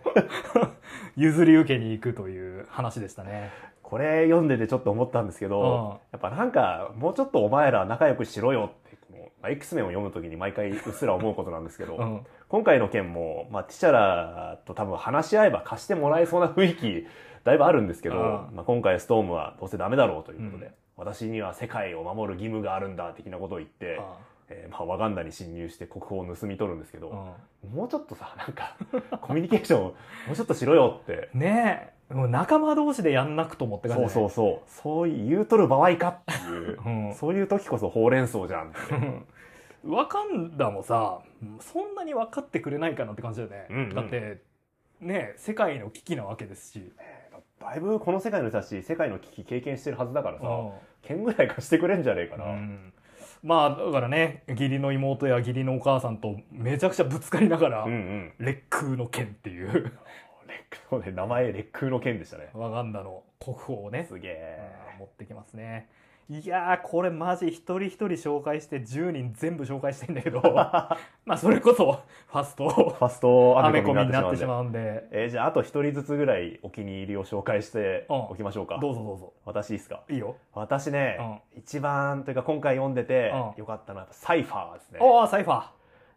S1: (laughs) 譲り受けに行くという話でしたね、
S2: これ読んでてちょっと思ったんですけど、やっぱなんかもうちょっとお前ら仲良くしろよってこのまあ X メンを読む時に毎回うっすら思うことなんですけど、
S1: うん、
S2: 今回の件も、まあ、ティシャラと多分話し合えば貸してもらえそうな雰囲気だいぶあるんですけど、
S1: うん
S2: まあ、今回ストームはどうせダメだろうということで、
S1: うん
S2: 私には世界を守る義務があるんだ的なことを言って、えーまあ、ワガンダに侵入して国宝を盗み取るんですけど、
S1: うん
S2: もうちょっとさなんか (laughs) コミュニケーションをもうちょっとしろよって。
S1: ねえもう仲間同士でやんなくともって感じ
S2: そう
S1: だね
S2: そうそうそういう言うとる場合かっていう、
S1: うん
S2: そういう時こそほうれん草じゃんって
S1: わかんだもさそんなに分かってくれないかなって感じだよね、
S2: うんうん
S1: だってね世界の危機なわけですし、
S2: だいぶこの世界の人たち世界の危機経験してるはずだからさ、
S1: うん
S2: 剣ぐらい貸してくれんじゃねえかな、
S1: うんまあだからね義理の妹や義理のお母さんとめちゃくちゃぶつかりながら「
S2: うんうん
S1: 烈空の剣」っていう (laughs)
S2: レックそうね名前レックの剣でしたね
S1: ワガンダの国宝をね
S2: すげ
S1: うん
S2: え
S1: 持ってきますねいやーこれマジ一人一人紹介して10人全部紹介してんだけどまあそれこそファスト
S2: ファスト
S1: ア
S2: ア
S1: メ
S2: メコ
S1: コ
S2: ミ
S1: ミ
S2: に
S1: に
S2: な
S1: な
S2: っ
S1: ってて
S2: し
S1: し
S2: まう
S1: まうんで
S2: えーじゃああと一人ずつぐらいお気に入りを紹介して
S1: うん
S2: おきましょうか、
S1: どうぞどうぞ
S2: 私いいですか
S1: いいよ
S2: 私ね、一番というか今回読んでて
S1: うん
S2: よかったのはやっぱサイファーですね
S1: おーサイファ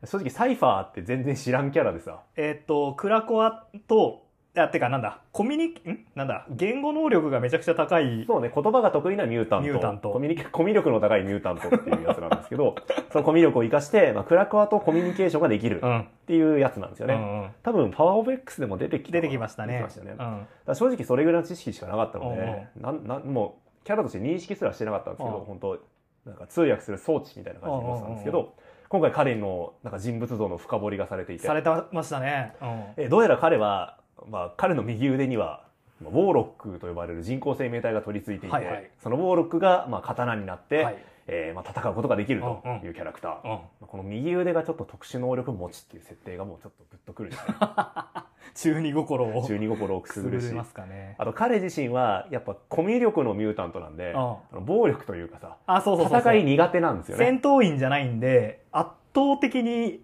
S1: ー
S2: 正直サイファーって全然知らんキャラでさ
S1: えーっとクラコアとあてかなんだコミュニケんなんだ言語能力がめちゃくちゃ高い
S2: そうね言葉が得意なミュータント
S1: ミュータント
S2: コミュニケコミュ力の高いミュータントっていうやつなんですけどそのコミュ力を生かして、まあ、クラクワとコミュニケーションができる
S1: う
S2: っ
S1: ん、
S2: ていうやつなんですよね、
S1: うんうん
S2: 多分パワーオブ X でも出てきた
S1: 出てきましたね
S2: 出てきましたね
S1: うん
S2: だから正直それぐらいの知識しかなかったので、なんなんもうキャラとして認識すらしてなかったんですけど、
S1: うん
S2: 本当なんか通訳する装置みたいな感じに思ってたんですけど、
S1: うん
S2: 今回彼のなんか人物像の深掘りがされていて
S1: されてましたね。うん
S2: えどうやら彼は、まあ、彼の右腕にはまあウォーロックと呼ばれる人工生命体が取り付いていて、
S1: はいはい
S2: そのウォーロックが、まあ、刀になって、
S1: はい
S2: えーまあ、戦うことができると
S1: うん
S2: いうキャラクター、ま
S1: うん
S2: あこの右腕がちょっと特殊能力持ちっていう設定がもうちょっとグッとく
S1: (laughs)
S2: るし、
S1: 中二心を
S2: 中二心をくすぐ
S1: く
S2: る
S1: す
S2: し
S1: ぐりますかね。
S2: あと彼自身はやっぱコミュ力のミュータントなんで、
S1: うん
S2: あの暴力というかさ
S1: あ、そうそうそうそう。
S2: 戦い苦手なんですよね
S1: 戦闘員じゃないんで、圧倒的に、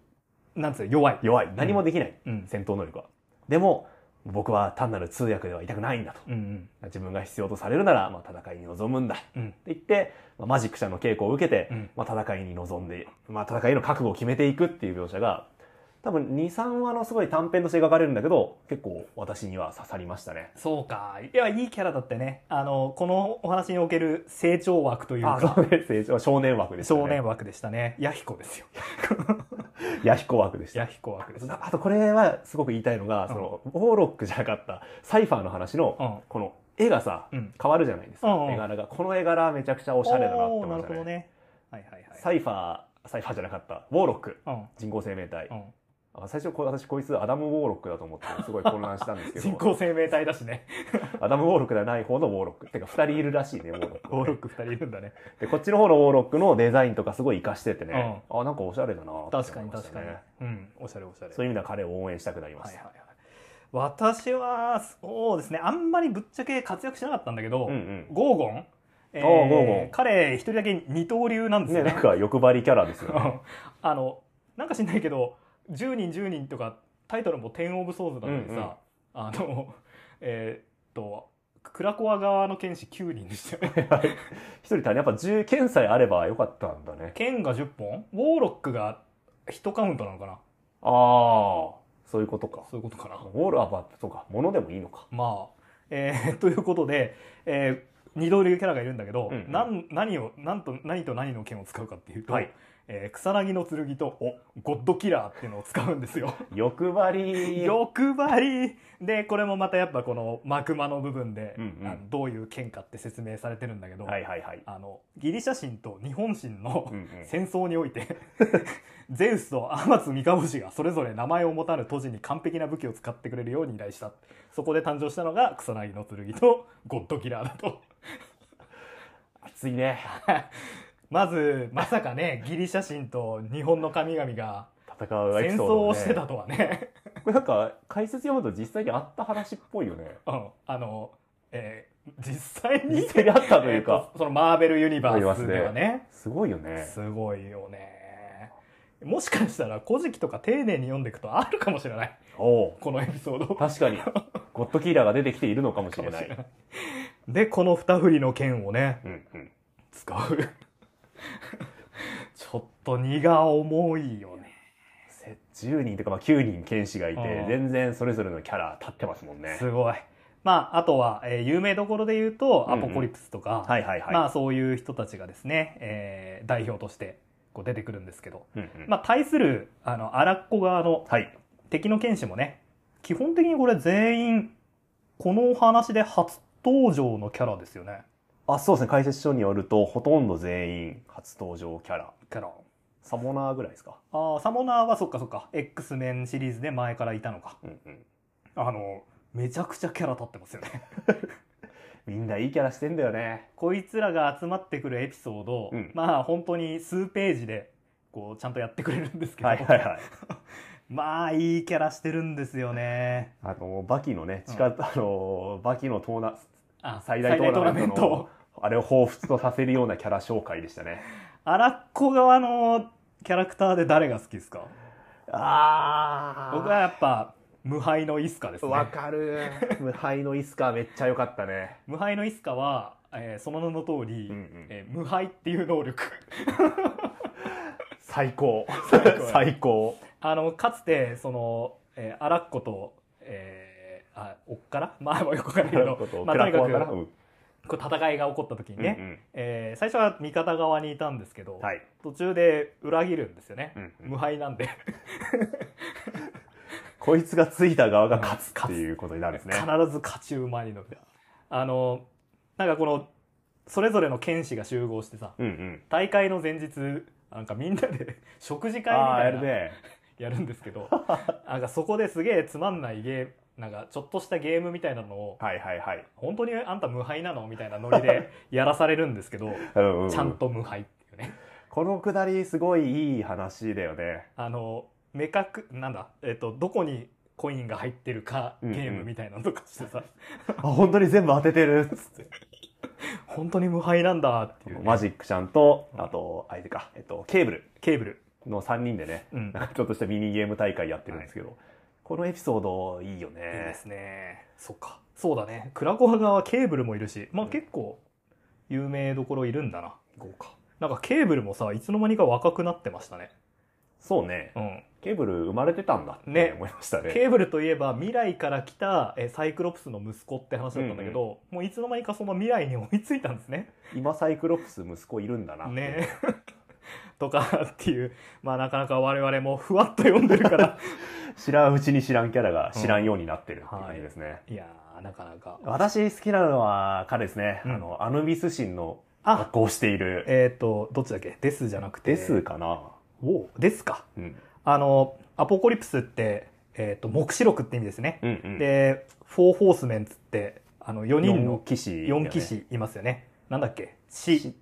S1: なんつうの、弱い。
S2: 弱い何もできない、
S1: うん。
S2: 戦闘能力はでも僕は単なる通訳ではいたくないんだと
S1: うん
S2: 自分が必要とされるなら、まあ、戦いに臨むんだって
S1: うん。うん。
S2: 言って、まあ、マジック社の稽古を受けて、
S1: うん
S2: まあ、戦いに臨んで、まあ、戦いへの覚悟を決めていくっていう描写が多分23話のすごい短編として描かれるんだけど結構私には刺さりましたね。
S1: そうか。いや、いいキャラだってね。あの、このお話における成長枠という
S2: あ
S1: か、
S2: そうね成長少年枠でしたね。
S1: 少年枠でしたね。ヤヒコです
S2: (laughs)
S1: よ。
S2: 弥彦枠でした。
S1: ヤヒコ枠です。
S2: あとこれはすごく言いたいのが、
S1: ん
S2: そのオーロックじゃなかったサイファーの話
S1: う
S2: の
S1: ん。
S2: この絵がさ、
S1: うん。
S2: 変わるじゃないですか、
S1: うんうん
S2: 絵柄がこの絵柄めちゃくちゃお
S1: お
S2: しゃれだなって
S1: ー
S2: 思
S1: ないる
S2: まし
S1: ほ
S2: た
S1: ど
S2: ね
S1: ね。はいはいはい。
S2: サイファーサイファーじゃなかったウォーロック
S1: うん。
S2: 人工生命体、
S1: うん。
S2: あ最初こ私こいつアダム・ウォーロックだと思ってすごい混乱したんですけど
S1: (laughs) 人工生命体だし
S2: (laughs)
S1: ね。
S2: アダム・ウォーロックではない方のウォーロックてか2人いるらしいねウォーロック
S1: オーロック二人いるんだね。
S2: でこっちの方のウォーロックのデザインとかすごい活かしててね、あなんかおしゃれだなって思いまし
S1: 確
S2: た
S1: か
S2: ね
S1: に確かに。うん。おしゃれおしゃれ。
S2: そういう意味では彼を応援したくなりま
S1: はい
S2: し
S1: はい
S2: た、
S1: はい、私はそうですねあんまりぶっちゃけ活躍しなかったんだけど、
S2: うん
S1: ゴーゴン、えー
S2: ゴーゴン
S1: 彼一人だけ二刀流なん
S2: う
S1: です
S2: んね
S1: よね
S2: なんか欲張りキャラですよね
S1: (laughs) あのなんか知んないけど「10人10人」とかタイトルも「10オブソーズ」なのでさ、
S2: うんうん
S1: あの (laughs) えーっとクラコア側の剣士9人で
S2: (laughs)
S1: したよね
S2: 一人足りないやっぱ10件さえあればよかったんだね
S1: 剣が10本ウォーロックが1カウントなのかな
S2: ああそういうことか
S1: そういうことかな
S2: ウォールアバーそうか物でもいいのか
S1: まあ、えー (laughs) ということで、えー二刀流キャラがいるんだけど、
S2: うんうん
S1: なん何をなんと何と何の剣を使うかっていうと、
S2: はい
S1: えー草薙の剣とゴッドキラーっていうのを使うんですよ。
S2: 欲張り
S1: 欲張りでこれもまたやっぱこの幕間の部分で、
S2: うんうん
S1: あのどういう剣かって説明されてるんだけど、
S2: はいはいはい、
S1: あのギリシャ神と日本神の、
S2: うんうん
S1: 戦争において (laughs) ゼウスとアマツミカボシがそれぞれ名前を持たぬ都市に完璧な武器を使ってくれるように依頼したそこで誕生したのが草薙の剣とゴッドキラーだと
S2: 熱いね
S1: まずまさかねギリシャ神と日本の神々が
S2: 戦うエピ
S1: 戦
S2: ソード、
S1: 争
S2: ね、
S1: をしてたとはね (laughs)
S2: これなんか解説読むと実際にあった話っぽい
S1: (laughs)
S2: よね
S1: うんあの、えー実際に
S2: 実際にあったという
S1: えー (laughs)
S2: か
S1: とそのマーベルユニバースではね
S2: すごいよね
S1: すごいよねもしかしたら「古事記」とか丁寧に読んでいくとあるかもしれない
S2: おお
S1: このエピソード
S2: う確
S1: (laughs)
S2: かにゴッドキーラーが出てきているのかもしれない
S1: でこの二振りの剣をね
S2: うんうん
S1: 使うちょっと荷が重いよね
S2: せ10人とかまあ9人剣士がいて
S1: うん
S2: 全然それぞれのキャラ立ってますもんね
S1: すごいまああとは、えー有名どころで言うと
S2: うん
S1: ア
S2: うん
S1: ポコリプスとか、
S2: はいはいはい、
S1: まあそういう人たちがですね、えー代表としてこう出てくるんですけど、
S2: うんうん
S1: まあ、対するあの荒っ子側の
S2: はい
S1: 敵の剣士もね基本的にこれ全員このお話で初登場のキャラですよね
S2: あそうですね解説書によるとほとんど全員初登場キャラ
S1: キャラ
S2: サモナーぐらいですか、
S1: ああ、サモナーはそっかそっか。X メンシリーズで前からいたのか。
S2: うんうん、
S1: あの、めちゃくちゃキャラ立ってますよね。 (laughs)
S2: みんないいキャラしてんだよね
S1: こいつらが集まってくるエピソードを、
S2: うん
S1: まあ本当に数ページで、こう、ちゃんとやってくれるんですけど、
S2: はいはい
S1: (laughs)
S2: はい
S1: まあいいキャラしてるんですよね。
S2: あのバキのね地下、あのバキのトーナ
S1: あ
S2: 最大トーナメ
S1: 最大トーナ
S2: ント
S1: メント
S2: のあれを彷彿とさせるようなキャラ紹介でしたね
S1: 荒っ子側のキャラクターで誰が好きですか
S2: あ
S1: 僕はやっぱ、無敗のイスカですね。
S2: かる無敗のイスカーめっちゃ良かったね
S1: 無敗のイスカは、えーその名の通り、
S2: うんうん
S1: えー無敗っていう能力。 (laughs)
S2: 最高
S1: 最高
S2: 最高
S1: あの、かつて、その、えー、アラッコと、えー、あ、おっから (laughs) まあ、よくわかんないけ
S2: なるほ
S1: ど、
S2: ど
S1: まあ、と
S2: クラ
S1: に
S2: コ
S1: か
S2: アからう
S1: く、
S2: ん
S1: こう戦いが起こった時にね、
S2: うん
S1: えー最初は味方側にいたんですけど、
S2: うんはい
S1: 途中で裏切るんですよね。
S2: うんうん
S1: 無敗なんで、
S2: こいつがついた側が勝つっていうことになるんですね
S1: 必ず勝ち馬に乗る。あの、なんかこの、それぞれの剣士が集合してさ
S2: うんうん。
S1: 大会の前日なんかみんなで食事会み
S2: ああ
S1: た
S2: ー、や
S1: い
S2: る
S1: な
S2: ね。
S1: やるんですけど (laughs) なんかそこですげえつまんないゲームなんかちょっとしたゲームみたいなのを
S2: はいはいはい。
S1: 本当にあんた無敗なのみたいなノリで (laughs) やらされるんですけど
S2: うんう
S1: ちゃん。と無敗っていうね
S2: このくだり、すごいいい話だよね。
S1: あの目隠なんだ、えっとどこにコインが入ってるかゲ
S2: うんうん
S1: ームみたいなのとかしてさ、
S2: あ、本当に全部当ててる。 (laughs)
S1: 本当に無敗なんだっていうね、
S2: マジックちゃんと、あと、あれか、えっと、ケーブル
S1: ケーブル、
S2: の3人で
S1: (laughs)
S2: ね、
S1: うん、
S2: なんかちょっとしたミニゲーム大会やってるんですけど、このエピソードいいよ
S1: いいで
S2: ね。
S1: すねそっかそうだねクラコハ側はケーブルもいるしまあ
S2: うん
S1: 結構有名どころいるんだな豪華なんかケーブルもさいつの間にか若くなってましたね
S2: そうね。
S1: うん
S2: ケーブル生まれてたんだって
S1: ね
S2: 思いましたね。
S1: ケーブルといえば未来から来たえサイクロプスの息子って話だったんだけど、もういつの間にかその未来に追いついたんですね
S2: 今サイクロプス息子いるんだな。
S1: ね (laughs) とかっていうまあなかなか我々もふわっと読んでるから
S2: 知らんうちに知らんキャラが知らんようになってるっていう感じですね。
S1: (laughs) いやーなかなか
S2: 私好きなのは彼ですね。
S1: うん
S2: あの、アヌビス神の
S1: あ
S2: 格好をしている。
S1: えっ、とどっちだっけですじゃなくて
S2: ですかな。
S1: おうですか
S2: うん。
S1: あのアポコリプスって、えー、と黙示録って意味ですね、
S2: うんうん。
S1: でフォーホースメンツってあの4人
S2: 四
S1: の
S2: 騎士だよね、
S1: 4騎士いますよねなんだっけ
S2: し
S1: 死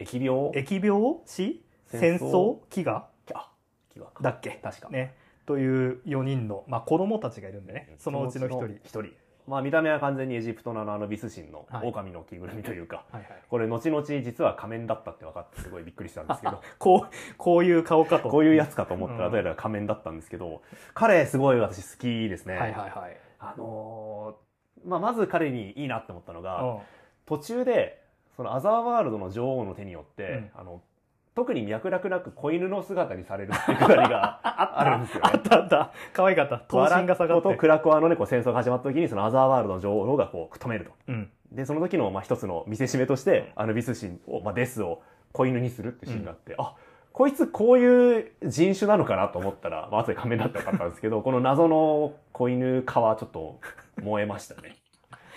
S2: 疫病
S1: 疫病死戦
S2: 戦争
S1: 争飢餓
S2: あ飢餓か
S1: だっけ
S2: 確か、
S1: ねという4人の、まあ、子供たちがいるんでねそのうちの1人
S2: そ一人まあ見た目は完全にエジプトのあのアヌビス神の
S1: はい
S2: 狼の着ぐるみというか、
S1: はいはい
S2: これ後々実は仮面だったって分かってすごいびっくりしたんです
S1: (laughs)
S2: けど
S1: こう、こういう顔かと。
S2: こういうやつかと思ったら
S1: うん
S2: どうやら仮面だったんですけど、彼すごい私好きですね、
S1: はいはいはい。
S2: あのーまあ、まず彼にいいなって思ったのが、
S1: うん
S2: 途中でそのアザーワールドの女王の手によって、あの特に脈絡なく子犬の姿にされるっていうくだりがあるんですよね
S1: (laughs) あったあった。可愛かった。頭身が下がっ
S2: バラコと
S1: て。
S2: クラコアのね、こう戦争が始まった時に、そのアザーワールドの女王がこう、止めると。
S1: うん。
S2: で、その時の、まあ、一つの見せしめとして、アヌビス神を、まあ、デスを子犬にするってシーンがあって、あ、こいつこういう人種なのかなと思ったら、まあ、後で仮面だったらよかったんですけど、この謎の子犬化はちょっと燃えましたね。 (laughs)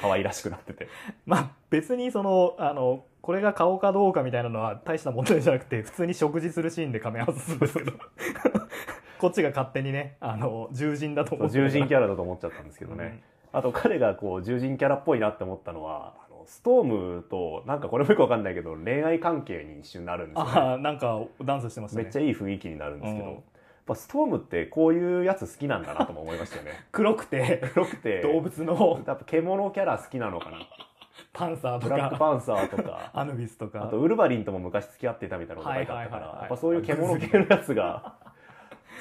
S2: 可愛らしくなってて。
S1: まあ別にその、あの、これが顔かどうかみたいなのは大した問題じゃなくて、普通に食事するシーンで仮面外すんですけ
S2: (laughs)
S1: ど。こっちが勝手にね、あの、獣人だと思って
S2: 獣人キ
S1: ャ
S2: ャラだと思っちゃったんですけどね。あと彼がこう獣人キャラっぽいなって思ったのは、あのストームと、なんかこれもよくわかんないけど、恋愛関係に一瞬なるんですよ、ね。
S1: ああ、なんかダンスしてました
S2: め
S1: ね。
S2: っちゃいい雰囲気になるんですけど、
S1: うん
S2: やっぱストームってこういうやつ好きなんだなとも思いましたよね
S1: 黒くて、
S2: 黒くて
S1: 動物の
S2: やっぱ獣キャラ好きなのか (laughs) な
S1: パンサーと
S2: ブラック
S1: か、
S2: パンサーとか
S1: アヌビスと
S2: あ
S1: か
S2: と。ウルヴァリンとも昔付き合ってたみたいなことが書いてあったか
S1: はいはいはいは
S2: ら
S1: い
S2: やっぱそういう獣系のやつ (laughs) が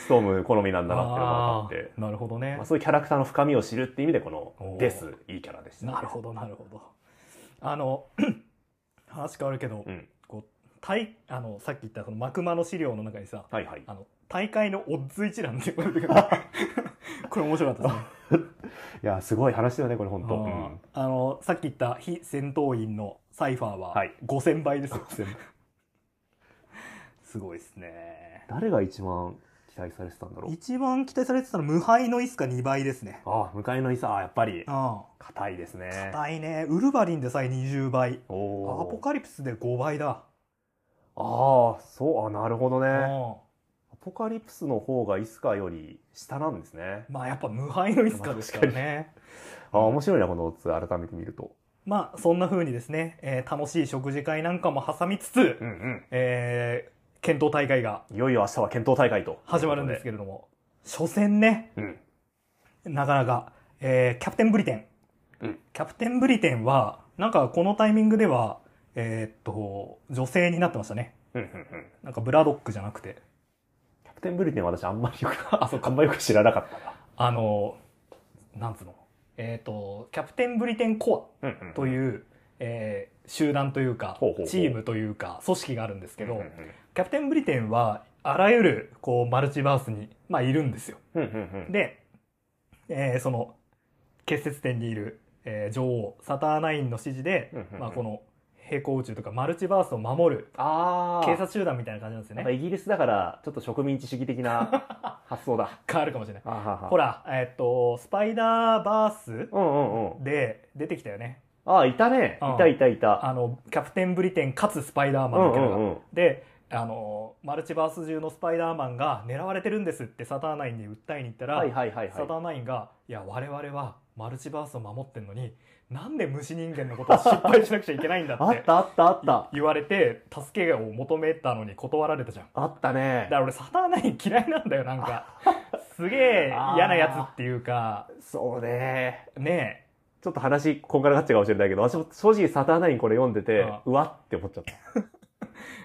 S2: ストーム好みなんだなっていうのが分かって
S1: あーなるほどね
S2: まあ、。そういうキャラクターの深みを知るっていう意味でこ
S1: お
S2: の
S1: ー
S2: デスいいキャラでしたね、
S1: なるほどなるほどあの (clears throat) 話変わるけど、
S2: うん
S1: こう大あのさっき言ったそのマクマの資料の中にさ
S2: はいはい
S1: あの大会のオッズ一覧っていうのが
S2: (laughs)
S1: あるんだけどこれ面白かったですね
S2: いやすごい話だよねこれ本当、う
S1: あ
S2: ん
S1: ーあのさっき言った非戦闘員のサイファーは
S2: はい
S1: 5000倍ですよ、 (laughs) すごいですね
S2: 誰が一番期待されてたんだろう
S1: 一番期待されてたのは無敗のイスカ2倍ですね
S2: ああ向かいのイサやっぱり
S1: あ
S2: 硬いですね
S1: あ硬いねウルヴァリンでさえ20倍
S2: お
S1: ア
S2: お
S1: ポカリプスで5倍だ、
S2: ああ、そう、あ、なるほどね。ア
S1: うん
S2: ポカリプスの方がイスカより下なんですね。
S1: まあやっぱ無敗のイスカですからね
S2: あー面白いな、このオッズ、改めて見ると。
S1: まあそんな風にですね、えー楽しい食事会なんかも挟みつつ、
S2: うんうん。
S1: えー検討大会が
S2: いよいよ明日は検討大会と。
S1: 始まるんですけれども、初戦ね、
S2: うん。
S1: なかなか、えーキャプテンブリテン。
S2: うん
S1: キャプテンブリテンは、なんかこのタイミングでは、えーっと、女性になってましたね。
S2: うんうんうん。
S1: なんかブラドックじゃなくて、
S2: キャプテンブリテンは私あんまりよく、 (laughs) あ、そうか、あんまりよく知らなかったな。
S1: あの、なんつうの、えーっと、キャプテンブリテンコア。
S2: うんうん
S1: と
S2: う
S1: いう、えー集団というか
S2: ほうほうほう
S1: チームというか組織があるんですけど、
S2: んうん
S1: キャプテンブリテンはあらゆるこうマルチバースに、まあ、いるんですよ。
S2: うんうんうん。
S1: で、えーその結節点にいる、えー女王サターナインの指示で、
S2: うんうんうん
S1: まあ、この平行宇宙とかマルチバースを守る
S2: ああ。
S1: 警察集団みたいな感じなんですよ
S2: やっぱ
S1: ね。
S2: イギリスだから、ちょっと植民地主義的 (laughs) な発想だ。
S1: 変わるかもしれない。
S2: あはは
S1: ほら、えっとスパイダーバース
S2: うんうんうん。
S1: で出てきたよね。
S2: ああ、いたね。
S1: うん
S2: いたいたいた。
S1: あのキャプテン・ブリテンかつスパイダー
S2: う
S1: マン
S2: ん
S1: み
S2: う
S1: たいな、
S2: んうん。
S1: であのマルチバース中のスパイダーマンが狙われてるんですってサターナインに訴えに行ったら、
S2: はいはいはい
S1: サタ
S2: は
S1: ーナインが「いや我々はマルチバースを守ってんのになんで虫人間のことを失敗しなくちゃいけないんだ」っ
S2: い。あってたあったあった。
S1: 言われて助けを求めたのに断られたじゃん。
S2: あったね
S1: だか。ら俺サターナイン嫌いなんだよなんか
S2: (laughs)
S1: すげえ嫌なやつっていうか
S2: そうね。
S1: ね
S2: ちょっと話、こんがらがっちゃうかもしれないけど、私も正直サターナインこれ読んでて
S1: ああ、
S2: うわって思っちゃった。
S1: え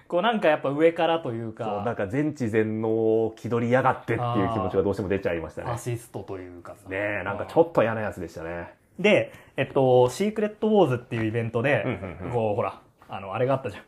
S1: こうなんかやっぱ上からという
S2: そう、なん
S1: か
S2: か全知全能を気取りやがってっていう気持ちがどうしても出ちゃいました
S1: ア
S2: ね。
S1: シストというかさ
S2: ねえ、なんかちょっと嫌なやつでしたね。
S1: でえっと「シークレット・ウォーズ」っていうイベントで、
S2: うんうんうん
S1: こうほらあのあれがあったじゃん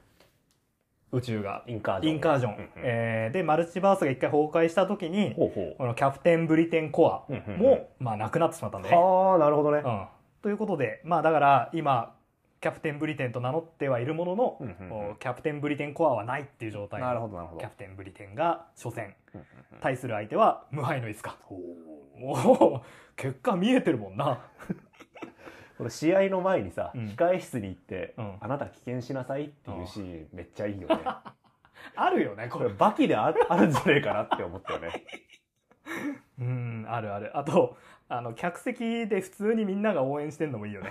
S1: 宇宙が
S2: インカージョ
S1: イ
S2: ン。
S1: ンカージョン、
S2: うんうん
S1: えーでマルチバースが一回崩壊した時に
S2: ほうほ
S1: このキャプテン・ブリテン・コア
S2: う。うんうんうん
S1: も、まあ、なくなってしまったんで、ね、
S2: はあ、なるほどね
S1: う。ん、ということでまあだから今キャプテン・ブリテンと名乗ってはいるものの、
S2: うんうんうん
S1: こうキャプテン・ブリテンコアはないっていう状態の
S2: なるほど、なるほど
S1: キャ。プテン・ブリテンが初戦
S2: うんうんうん
S1: 対する相手は無敗のイスカもう (laughs) 結果見えてるもんな
S2: この試合の前にさ、
S1: うん
S2: 控え室に行って、
S1: うん
S2: あなた危険しなさいっていうシーン、めっちゃいいよ (laughs) ね。
S1: あるよねこ
S2: これ、
S1: れ
S2: バキでああるんじゃねえかなって思ったよね。
S1: うんあるあるあとあの客席で普通にみんなが応援してんのもいいよね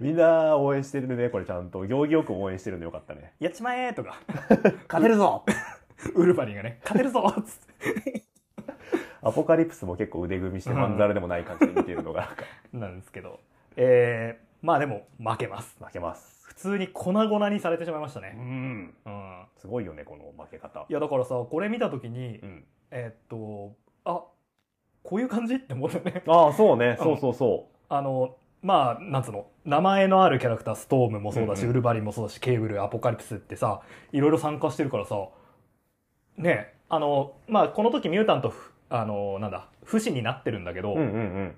S2: みんな応援してるね、これちゃんと。行儀よく応援してるんでよかったね。
S1: (laughs) やっちまえと (laughs) か
S2: 勝てるぞ
S1: ウルヴァリンがね勝てるぞっつって
S2: アポカリプスも結構腕組みして、まんざらでもない感じで見てるの
S1: (laughs)
S2: が、なんか
S1: なんですけどえー、まあでも負けます
S2: 負けます。
S1: 普通に粉々にされてしまいました
S2: う
S1: ね
S2: ん。
S1: うん
S2: すごいよね、この負け方
S1: い。やだからさこれ見た時に、
S2: うん。
S1: えーっとあこういう感じって思ったね
S2: ああ、そうね。
S1: うん
S2: そうそうそ
S1: あのまあなんつうの名前のあるキャラクターストームもそうだし、
S2: うんうん
S1: ウルバリンもそうだしケーブルアポカリプスってさいろいろ参加してるからさねえあのまあこの時ミュータントふあのなんだ不死になってるんだけど、
S2: う。うんうんうん。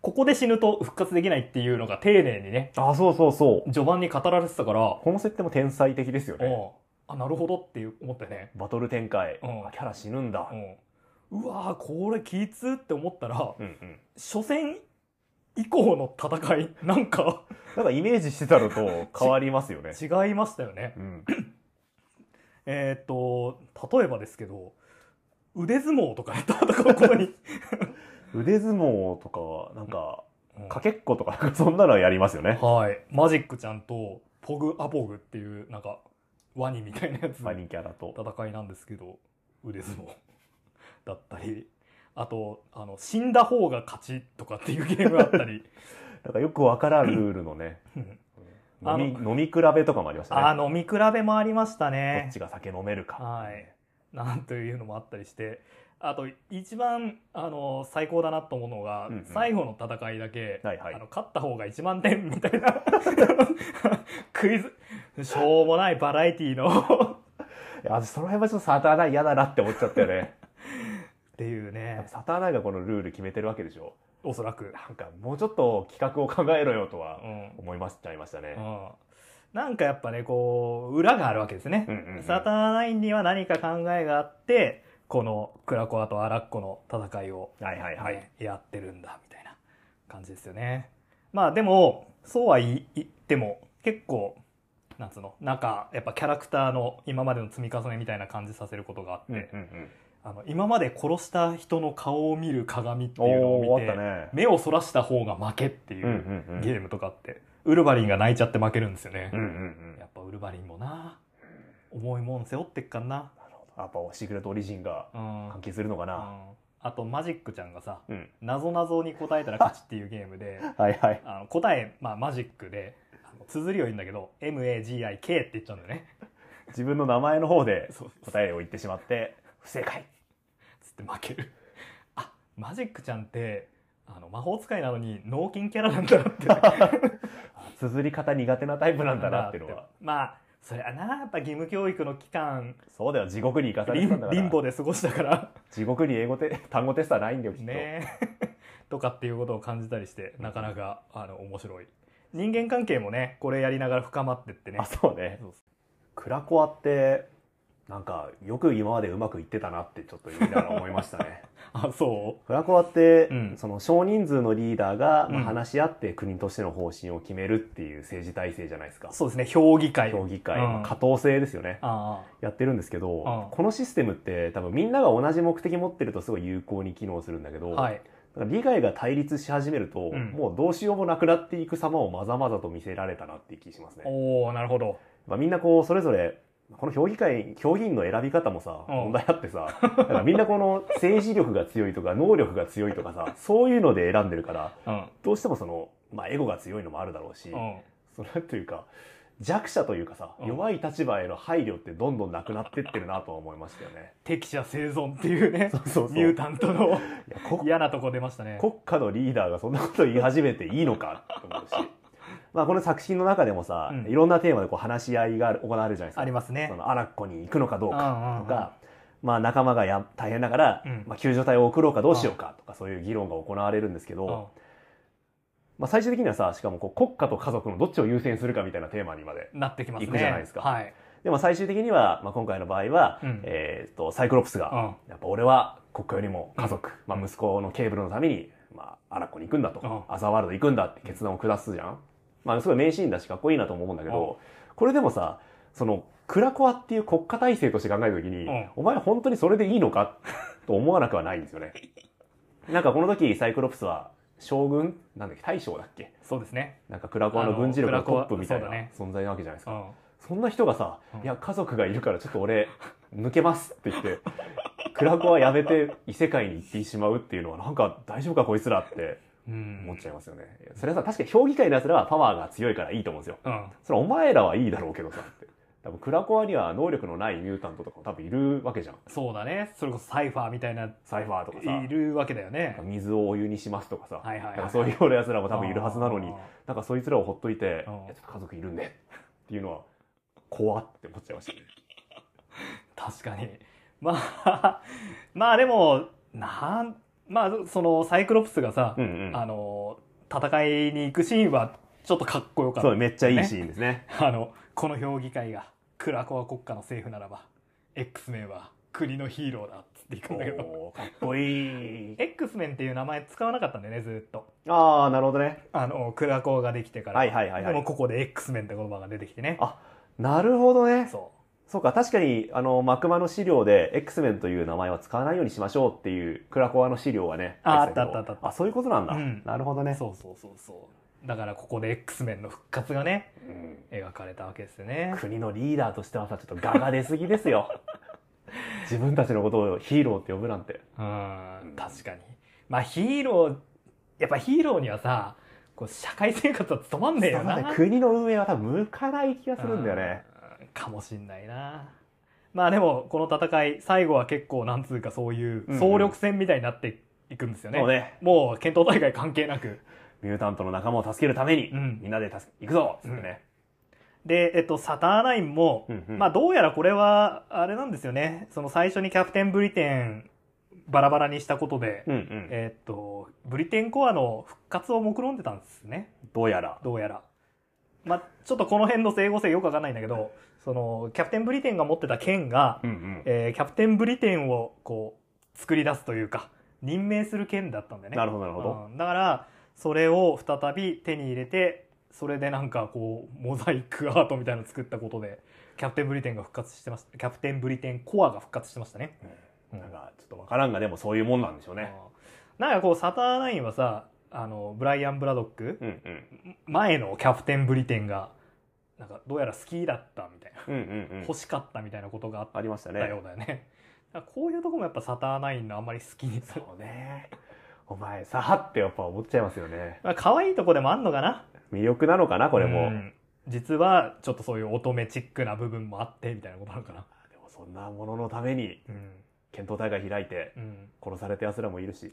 S1: ここで死ぬと復活できないっていうのが丁寧にね
S2: ああ、そうそうそう。
S1: 序盤に語られてたから、
S2: この設定も天才的ですよね。
S1: おうあなるほどっていう思ったよね
S2: バトル展開。
S1: うん
S2: あキャラ死ぬんだ。
S1: うん、うわーこれきつって思ったら
S2: うんうん。
S1: 初戦以降の戦いなんか
S2: なんかイメージしてたのと変わります
S1: (laughs)
S2: よね。
S1: 違いましたよね
S2: うん、
S1: えーっと例えばですけど腕相撲とかやったとかここに、
S2: 腕相撲とかは、なんか、
S1: うん
S2: かけっことか、なんかそんなのはやりますよね。
S1: はいマジックちゃんとポグアポグっていうなんかワニみたいなやつ
S2: マニキャラと。
S1: 戦いなんですけど腕相撲だったりあとあの死んだ方が勝ちとかっていうゲームあ
S2: (laughs)
S1: ったり、
S2: なんかよくわからんルールのね、
S1: うん
S2: 飲み、
S1: あ
S2: 飲み比べとかもありました
S1: あ
S2: ね。
S1: 飲み比べもありました
S2: どっ
S1: ね
S2: ち。が酒飲めるか。
S1: はい。なんというのもあったりして、あと一番あの最高だなと思うのが、
S2: うんうん
S1: 最後の戦いだけ、
S2: はいはい
S1: あの勝った方が1万点 (laughs) みたいなクイズしょうもないバラエティーの
S2: いやその辺はちょっとサターナイン嫌だなって思っちゃったよ
S1: (laughs)
S2: ね。
S1: っていうね
S2: サターナインがこのルール決めてるわけでしょ。
S1: おそらく、
S2: なんかもうちょっと企画を考えろよとは
S1: うん
S2: 思いましちゃいましたね
S1: う。ん、なんかやっぱねこう裏があるわけですね。
S2: うんうんうん
S1: サターナインには何か考えがあってこのクラコアとアラッコの戦いを
S2: はいはいは。
S1: はいい、やってるんだみたいな感じですよね。まあでもそうは言い言っても結構なんつうのなんかやっぱキャラクターの今までの積み重ねみたいな感じさせることがあって、
S2: うんうん
S1: あの今まで殺した人の顔を見る鏡って
S2: うん、
S1: いうの
S2: お
S1: を
S2: お
S1: 見
S2: ー、
S1: て、
S2: あったね。
S1: 目をそらした方が負けっていう
S2: うん
S1: う
S2: うんうん。
S1: ゲームとかあって、ウルヴァリンが泣いちゃって負けるんですよね。
S2: うんうんうん。
S1: やっぱウルヴァリンもな重いもん背負ってっかんな。
S2: なるほどやっぱシークレットオリジンが
S1: うん
S2: 関係するのか
S1: う
S2: な。
S1: んあとマジックちゃんがさ
S2: うん。
S1: なぞなぞに答えたら勝ちっていうゲーム
S2: (laughs)
S1: で。
S2: はいはい。
S1: あの答え、まあ、マジックであの綴りを言うんだけど MAGIK って言っちゃうんだよね
S2: 自分の名前の方で
S1: そう
S2: 答えを言ってしまって、不
S1: (laughs)
S2: 正解。 (laughs)
S1: つって負けるあマジックちゃんってあの魔法使いなのに脳筋キャラなんだなって
S2: あ綴り方苦手なタイプなんだなっていうのは。
S1: まあそれはなやっぱ義務教育の期間
S2: そうだよ、地獄に行かされ
S1: リ
S2: てたん
S1: ン
S2: だか
S1: リンボ
S2: ら。
S1: で過ごしたから
S2: 地獄に英語て単語テストはないんだよ、きっと。
S1: ね (laughs) とかっていうことを感じたりしてなかなかあの面白い人間関係もねこれやりながら深まってってね
S2: あ、そうね。
S1: そう
S2: クラコアって、なんかよく今までうまくいってたなってちょっと言いながら思いました
S1: (laughs)
S2: ね。
S1: あそう
S2: フラコアって、
S1: うん
S2: その少人数のリーダーが、ま
S1: う
S2: あ、
S1: ん
S2: 話し合って国としての方針を決めるっていう政治体制じゃないですか。
S1: そうですね評議会
S2: 評議会、
S1: うん
S2: まあ加藤制ですよね。
S1: あ
S2: やってるんですけ
S1: うん
S2: ど、このシステムって多分みんなが同じ目的持ってるとすごい有効に機能するんだけど、
S1: あはい
S2: だから利害が対立し始めると、
S1: うん
S2: もうどうしようもなくなっていく様をまざまざと見せられたなっていう気しますね。
S1: おおなるほど
S2: まあ、みんなこうそれぞれこの評議会評議員の選び方もさ
S1: うん
S2: 問題あってさだからみんなこの政治力が強いとか能力が強いと
S1: (laughs)
S2: かさそういうので選んでるから
S1: うん
S2: どうしてもその、まあ、エゴが強いのもあるだろうし、
S1: うん
S2: それというか弱者というかさ、
S1: うん
S2: 弱い立場への配慮ってどんどんなくなってってるなとは思いましたよ
S1: (laughs)
S2: ね。
S1: 適者生存っていうね
S2: (laughs) そうそうそう
S1: ミュータントの (laughs)
S2: いやこ
S1: 嫌なとこ出ましたね
S2: 国家のリーダーがそんなこと言い始めていいのかと思うし。まあこの作品の中でもさ、
S1: うん
S2: いろんなテーマでこう話し合いがある行われるじゃないですか。
S1: ありますね
S2: そのアラッコに行くのかどうかと
S1: うんうんうん
S2: か、まあ仲間がや大変だから、
S1: うん
S2: まあ救助隊を送ろうかどうしようかとかそういう議論が行われるんですけ
S1: うん
S2: ど、まあ最終的にはさ、しかもこう国家と家族のどっちを優先するかみたいなテーマにまで。
S1: なってきますね
S2: 行くじゃないですか
S1: はい
S2: でも最終的には、まあ今回の場合は、
S1: うん
S2: えーっと、サイクロプスが、
S1: うん
S2: やっぱ俺は国家よりも家
S1: う
S2: 族、
S1: ん
S2: まあ息子のケーブルのために、まあ、アラッコに行くんだとか、
S1: う
S2: アザワールド行くんだって決断を下すじゃん。まあ、すごい名シーンだしかっこいいなと思うんだけど、これでもさ、その、クラコアっていう国家体制として考えたときに、
S1: うん
S2: お前本当にそれでいいのか (laughs) と思わなくはないんですよね。なんかこの時、サイクロプスは、将軍なんだっけ大将だっけ
S1: そうですね
S2: なんかクラコアの軍事力
S1: あの
S2: のトップみたい
S1: ク
S2: な
S1: ラコアそう
S2: 存在なわけじゃないです
S1: う
S2: か。
S1: ん
S2: そんな人がさ、
S1: うん
S2: いや、家族がいるからちょっと俺、抜けますって
S1: (laughs)
S2: 言って、クラコはやめて異世界に行ってしまうっていうのは、なんか大丈夫かこいつらって
S1: うん
S2: 思っちゃいますよね。いやそれはさ、確かに評議会のやつらはパワーが強いからいいと思うんですよ。
S1: うん
S2: それはお前らはいいだろうけどさって。多分クラコアには能力のないミュータントとかも多分いるわけじゃん。
S1: そうだねそれこそサイファーみたいな
S2: サイファーとかさ、
S1: いるわけだよね
S2: なんか水をお湯にしますとかさ、
S1: はいはいはい
S2: なんかそういうようなやつらも多分いるはずなのに
S1: あ、
S2: なんかそいつらをほっといて、いやち
S1: うん
S2: ょっと家族いるんでっていうのは、怖って思っちゃいましたね。
S1: ー確かにまあ (laughs) まあでもなんまあそのサイクロプスがさ、
S2: うんうん。
S1: あの戦いに行くシーンはちょっとかっこよかった
S2: そう、めっちゃいいシーンで
S1: (laughs)
S2: すね。
S1: あのこの評議会がクラコア国家の政府ならば X メンは国のヒーローだっつっていくんだけど
S2: おーかっこいい。
S1: X メンっていう名前使わなかったんだよねずーっと
S2: ああ、なるほどね。
S1: あのクラコアができてから、
S2: はいはいはいはい
S1: でもここで X メンって言葉が出てきてね
S2: あなるほどね。
S1: そ
S2: そうか、確かに、あの、マクマの資料で、X メンという名前は使わないようにしましょうっていう、クラコアの資料はね。
S1: あー
S2: 入てけど
S1: あったあったあった
S2: あ、そういうことなんだ。
S1: うん
S2: なるほど
S1: う
S2: ね。
S1: そうそうそうそうだからここで X メンの復活がね
S2: うん
S1: 描かれたわけですよね
S2: 国のリーダーとしてはさ、ちょっとガが出すぎで
S1: (laughs)
S2: すよ。自分たちのことをヒーローって呼ぶなんて。
S1: うん確かにまあヒーローやっぱヒーローにはさこう社会生活は務まんねえよな
S2: そうだね国の運営は多分向かない気がするんだよね。
S1: うん。かもしんないな。まあでも、この戦い、最後は結構、なんつうかそういう
S2: うんうん
S1: 総力戦みたいになっていくんですよね。
S2: そうね。
S1: もう、検討大会関係なく。
S2: ミュータントの仲間を助けるために、
S1: うん
S2: みんなで助け行くぞっつってね。
S1: で、えっと、サターナインも、
S2: うんうん
S1: まあどうやらこれは、あれなんですよね。その最初にキャプテンブリテン、バラバラにしたことで、
S2: うんうん。
S1: えっと、ブリテンコアの復活を目論んでたんですね。
S2: どうやら。
S1: どうやら。まあ、ちょっとこの辺の整合性よくわかんないんだけど、その、キャプテンブリテンが持ってた剣が、
S2: うんうん。
S1: えーキャプテンブリテンをこう作り出すというか任命する権だったんだよね
S2: なるほどなるほど。
S1: うんだからそれを再び手に入れてそれでなんかこうモザイクアートみたいなの作ったことでキャプテンブリテンが復活してましたキャプテンブリテンコアが復活してましたね、うん
S2: なんかちょっとわからんがでもそういうもんなんでしょう
S1: うん
S2: ね。
S1: なんかこうサターナインはさあのブライアン・ブラドック、
S2: うんうん
S1: 前のキャプテンブリテンがなんかどうやら好きだったみたいな、
S2: うんうんうん。
S1: 欲しかったみたいなことがあっ
S2: ありました
S1: た
S2: ね
S1: よ。うだよねだからこういうとこもやっぱサターナインのあんまり好きにさ
S2: そうね。お前さってやっぱ思っちゃいますよね。
S1: まあ、可愛いとこでもあんのかな
S2: 魅力なのかなこ
S1: こ
S2: れも。
S1: 実はちょっとそういう乙女チックな部分もあってみたいなことなのかな
S2: でもそんなもののために
S1: うん
S2: 検討大会開いて
S1: うん
S2: 殺された奴らもいる (laughs) し。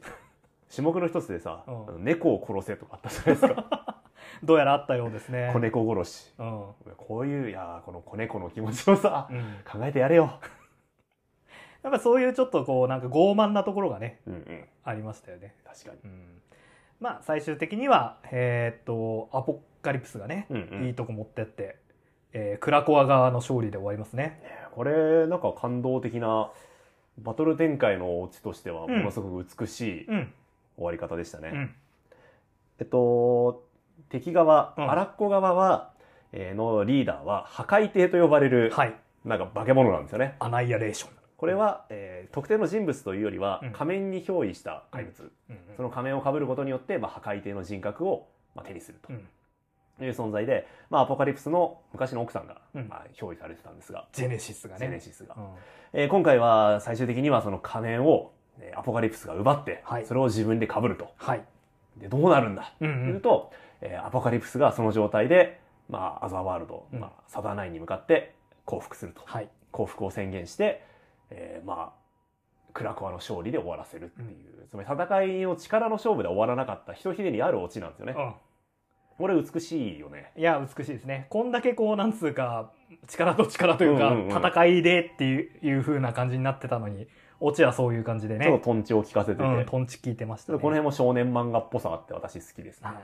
S2: 種目の一つでさ、あ
S1: うん
S2: の猫を殺せとかあったじゃないです (laughs) か。
S1: どうやらあったようですね
S2: 子猫殺し。
S1: うん、
S2: こういう、いやーこの子猫の気持ちをさ
S1: う、ん、
S2: 考えてやれよ。
S1: やっぱそういうちょっとこうなんか傲慢なところがね
S2: うんうん。
S1: ありましたよね
S2: 確かに。
S1: うんまあ最終的にはえーっとアポカリプスがね、
S2: うんうん
S1: いいとこ持ってって、えークラコア側の勝利で終わりますね
S2: ねえこれ、なんか感動的な、バトル展開のオチとしては、ものすごく美しい
S1: うん
S2: 終わり方でしたね。
S1: うん
S2: えっと、敵側、
S1: うん
S2: アラッコ側は、えーのリーダーは、破壊帝と呼ばれる、
S1: はい
S2: なんか化け物なんですよね。
S1: アナイアレーション、
S2: これは、えー特定の人物というよりは
S1: うん、
S2: 仮面に憑依した怪物。
S1: うんうん
S2: その仮面を被ることによって、まあ、破壊帝の人格を、まあ、手にすると
S1: うん
S2: いう存在で、まあ、アポカリプスの昔の奥さんが、
S1: うん
S2: まあ、憑依されてたんですが、
S1: ジェネシスがね
S2: ゼネシスが
S1: う。ん
S2: えー今回は最終的にはその仮面を、えーアポカリプスが奪って、
S1: はい
S2: それを自分で被ると。
S1: はい、
S2: で、どうなるんだ
S1: うん
S2: というと、えーアポカリプスがその状態で、まあ、アザーワールド、
S1: うん
S2: まあ、サザーナインに向かって降伏すると。
S1: はい
S2: 降伏を宣言して、えーまあ、クラコアの勝利で終わらせるっていう、つまり戦いの力の勝負で終わらなかった、ひとひねりあるオチなんですよね。これ美しいよね。
S1: いや美しいですねこんだけこうなんつうか力と力というか、
S2: うんうんうん
S1: 戦いでっていういう風な感じになってたのにオチはそういう感じで
S2: ちょっ
S1: ね
S2: とトンチを聞かせてて、
S1: うん、
S2: ちょ
S1: トンチ聞いてまし
S2: っと
S1: た、ね、
S2: この辺も少年漫画っぽさあって私好きですね
S1: はい。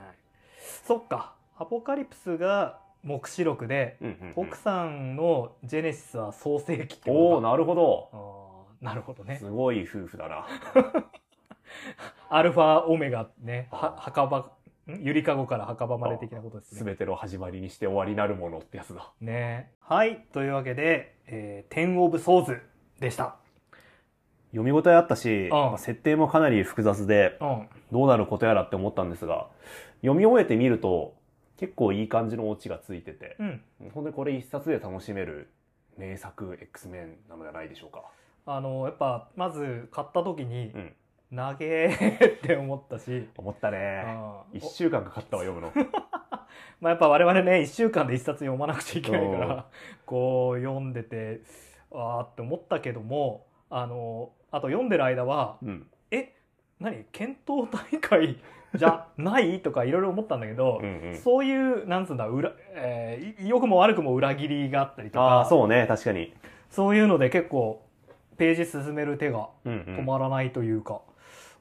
S1: そっかアポカリプスが黙示録で
S2: うんうんうん
S1: 奥さんのジェネシスは創世記って
S2: お
S1: こ
S2: お
S1: とか
S2: なるほど。
S1: あーなるほどね
S2: すごい夫婦だな。
S1: アルファオメガねは
S2: あー
S1: 墓場んゆりかごから墓場まで的なことです
S2: す
S1: ね
S2: べての始まりにして終わりなるものってやつだ。
S1: ねはいというわけで「えー、テン・オブ・ソーズ」でした
S2: 読み応えあったし、
S1: ああ
S2: まあ設定もかなり複雑で、
S1: うん
S2: どうなることやらって思ったんですが、読み終えてみると、結構いい感じのオチがついてて、
S1: うん
S2: 本当にこれ一冊で楽しめる名作 X メンなのではないでしょうか。
S1: あのやっぱまず買った時に
S2: うん
S1: 「投げ」って思った
S2: (laughs)
S1: し、
S2: 思った
S1: うん
S2: ね。
S1: お
S2: 一週間かかったわ、読むの。
S1: まあ、やっぱ我々ね1週間で1冊読まなくちゃいけないか
S2: うん
S1: らこう読んでてああって思ったけどもあのあと読んでる間は
S2: うん。
S1: え何検討大会 (laughs) じゃないとかいろいろ思ったんだけど
S2: う、んうん。
S1: そういうなんつうんだ裏、えーい良くも悪くも裏切りがあったりと
S2: ああ、
S1: か
S2: そうね、確かに。
S1: そういうので結構ページ進める手が
S2: うんう
S1: 止
S2: ん
S1: まらないというか、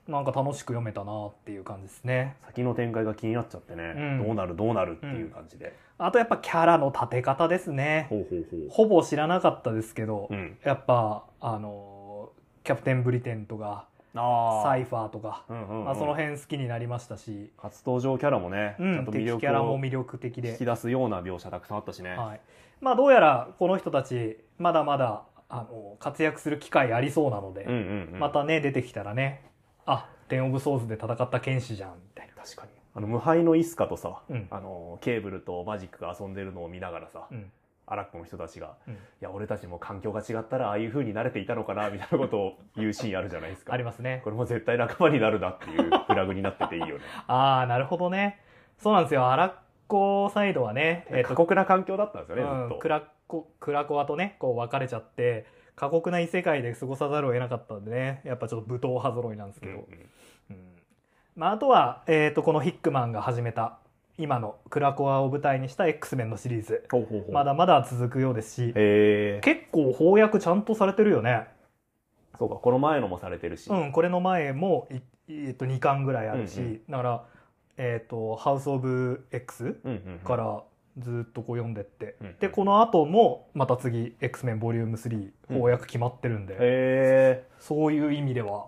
S1: なんか楽しく読めたなっていう感じですね。
S2: 先の展開が気になっちゃってね、
S1: うん
S2: どうなるどうなるっていう感じで。
S1: あとやっぱキャラの立て方ですね。
S2: ほうほうほう。
S1: ほぼ知らなかったですけど、
S2: うん。
S1: やっぱあのーキャプテンブリテンとか
S2: あ
S1: サイファーとか、
S2: うんうんうん
S1: あその辺好きになりましたし、
S2: 初登場キャラもね、
S1: うん
S2: ちゃんと魅
S1: 敵
S2: 力
S1: キャラ
S2: を
S1: も魅力的
S2: 引
S1: で
S2: き、出すような描写たくさんあったしね、
S1: はい、まあどうやらこの人たちまだまだあの活躍する機会ありそうなので、
S2: うんうんうん、
S1: またね出てきたらねあテン・オブ・ソーズで戦った剣士じゃんみたいな確か
S2: あの無敗のイスカとさ、
S1: うん
S2: あのケーブルとマジックが遊んでるのを見ながらさ、
S1: うん
S2: アラックの人たちが、
S1: うん
S2: いや俺たちも環境が違ったらああいう風に慣れていたのかなみたいなことを言うシーンあるじゃないです
S1: (laughs)
S2: か
S1: ありますね
S2: これも絶対仲間になるなっていうフラグになってていいよね
S1: ああなるほどねそうなんですよアラッコサイドはね (laughs) えっ
S2: 過
S1: と
S2: 酷な環境だったんですよね、
S1: うん
S2: ずっと
S1: クラコクラコアとねこう別れちゃって過酷な異世界で過ごさざるを得なかったんでねやっぱちょっと武闘派揃いなんですけ
S2: うん
S1: ど、
S2: うん
S1: うんまあ、あとは、えー、とこのヒックマンが始めた今のクラコアを舞台にした X メンのシリーズ
S2: ほうほうほう
S1: まだまだ続くようですし
S2: え
S1: 結構翻訳ちゃんとされてるよね
S2: ー、そうかこの前のもされてるし、
S1: うんこれの前もいえー、と2巻ぐらいあるし、
S2: うんう
S1: だからえっ、と「ハウス・オブ・ X
S2: うんうんうん」
S1: からずっとこう読んでって、
S2: うん
S1: でこの後もまた次「X メンボリューム3
S2: うん
S1: 翻訳決まってるんで、
S2: え
S1: そういう意味では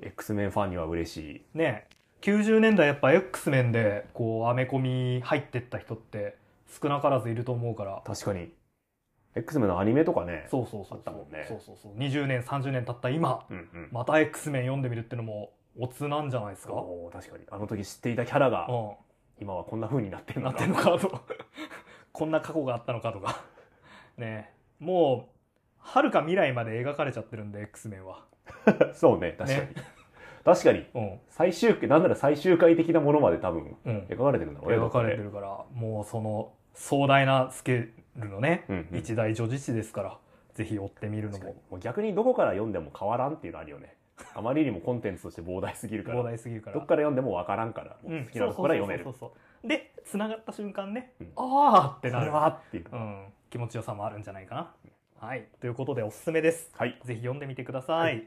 S2: ー、X メンファンには嬉しい
S1: ね90年代やっぱ X メンでこうアメコミ入ってった人って少なからずいると思うから
S2: 確かに X メンのアニメとかね
S1: そうそうそう
S2: あったもんね
S1: そうそうそう20年30年経った今
S2: うんうん
S1: また X メン読んでみるってのもおつなんじゃないですか
S2: おー確かにあの時知っていたキャラが
S1: うん
S2: 今はこんな風になってるん
S1: な
S2: だ
S1: ってんの (laughs) かとこんな過去があったのかとかねえもうはるか未来まで描かれちゃってるんで X メンは、
S2: (laughs) そうね確かに、確かに
S1: うん
S2: 最終回なんなら最終回的なものまで多分
S1: うん、
S2: 描かれてるんだろうね
S1: 描かれてるからもうその壮大なスケールのね、
S2: うんうん
S1: 一大女子誌ですからぜひ追ってみる
S2: ど
S1: の
S2: っかで
S1: も
S2: 確かにもう逆にどこから読んでも変わらんっていうのあるよねあまりにもコンテンツとして膨大すぎるから
S1: 膨大すぎるから
S2: どっから読んでもわからんからもう好きなとこから読める
S1: うんそうそうそうそうで繋がった瞬間ね、
S2: うん
S1: あーって
S2: そ
S1: な
S2: れ
S1: る、
S2: はっていう
S1: うん、気持ちよさもあるんじゃないかな、はいということでおすすめです
S2: はい
S1: ぜひ読んでみてください。
S2: はい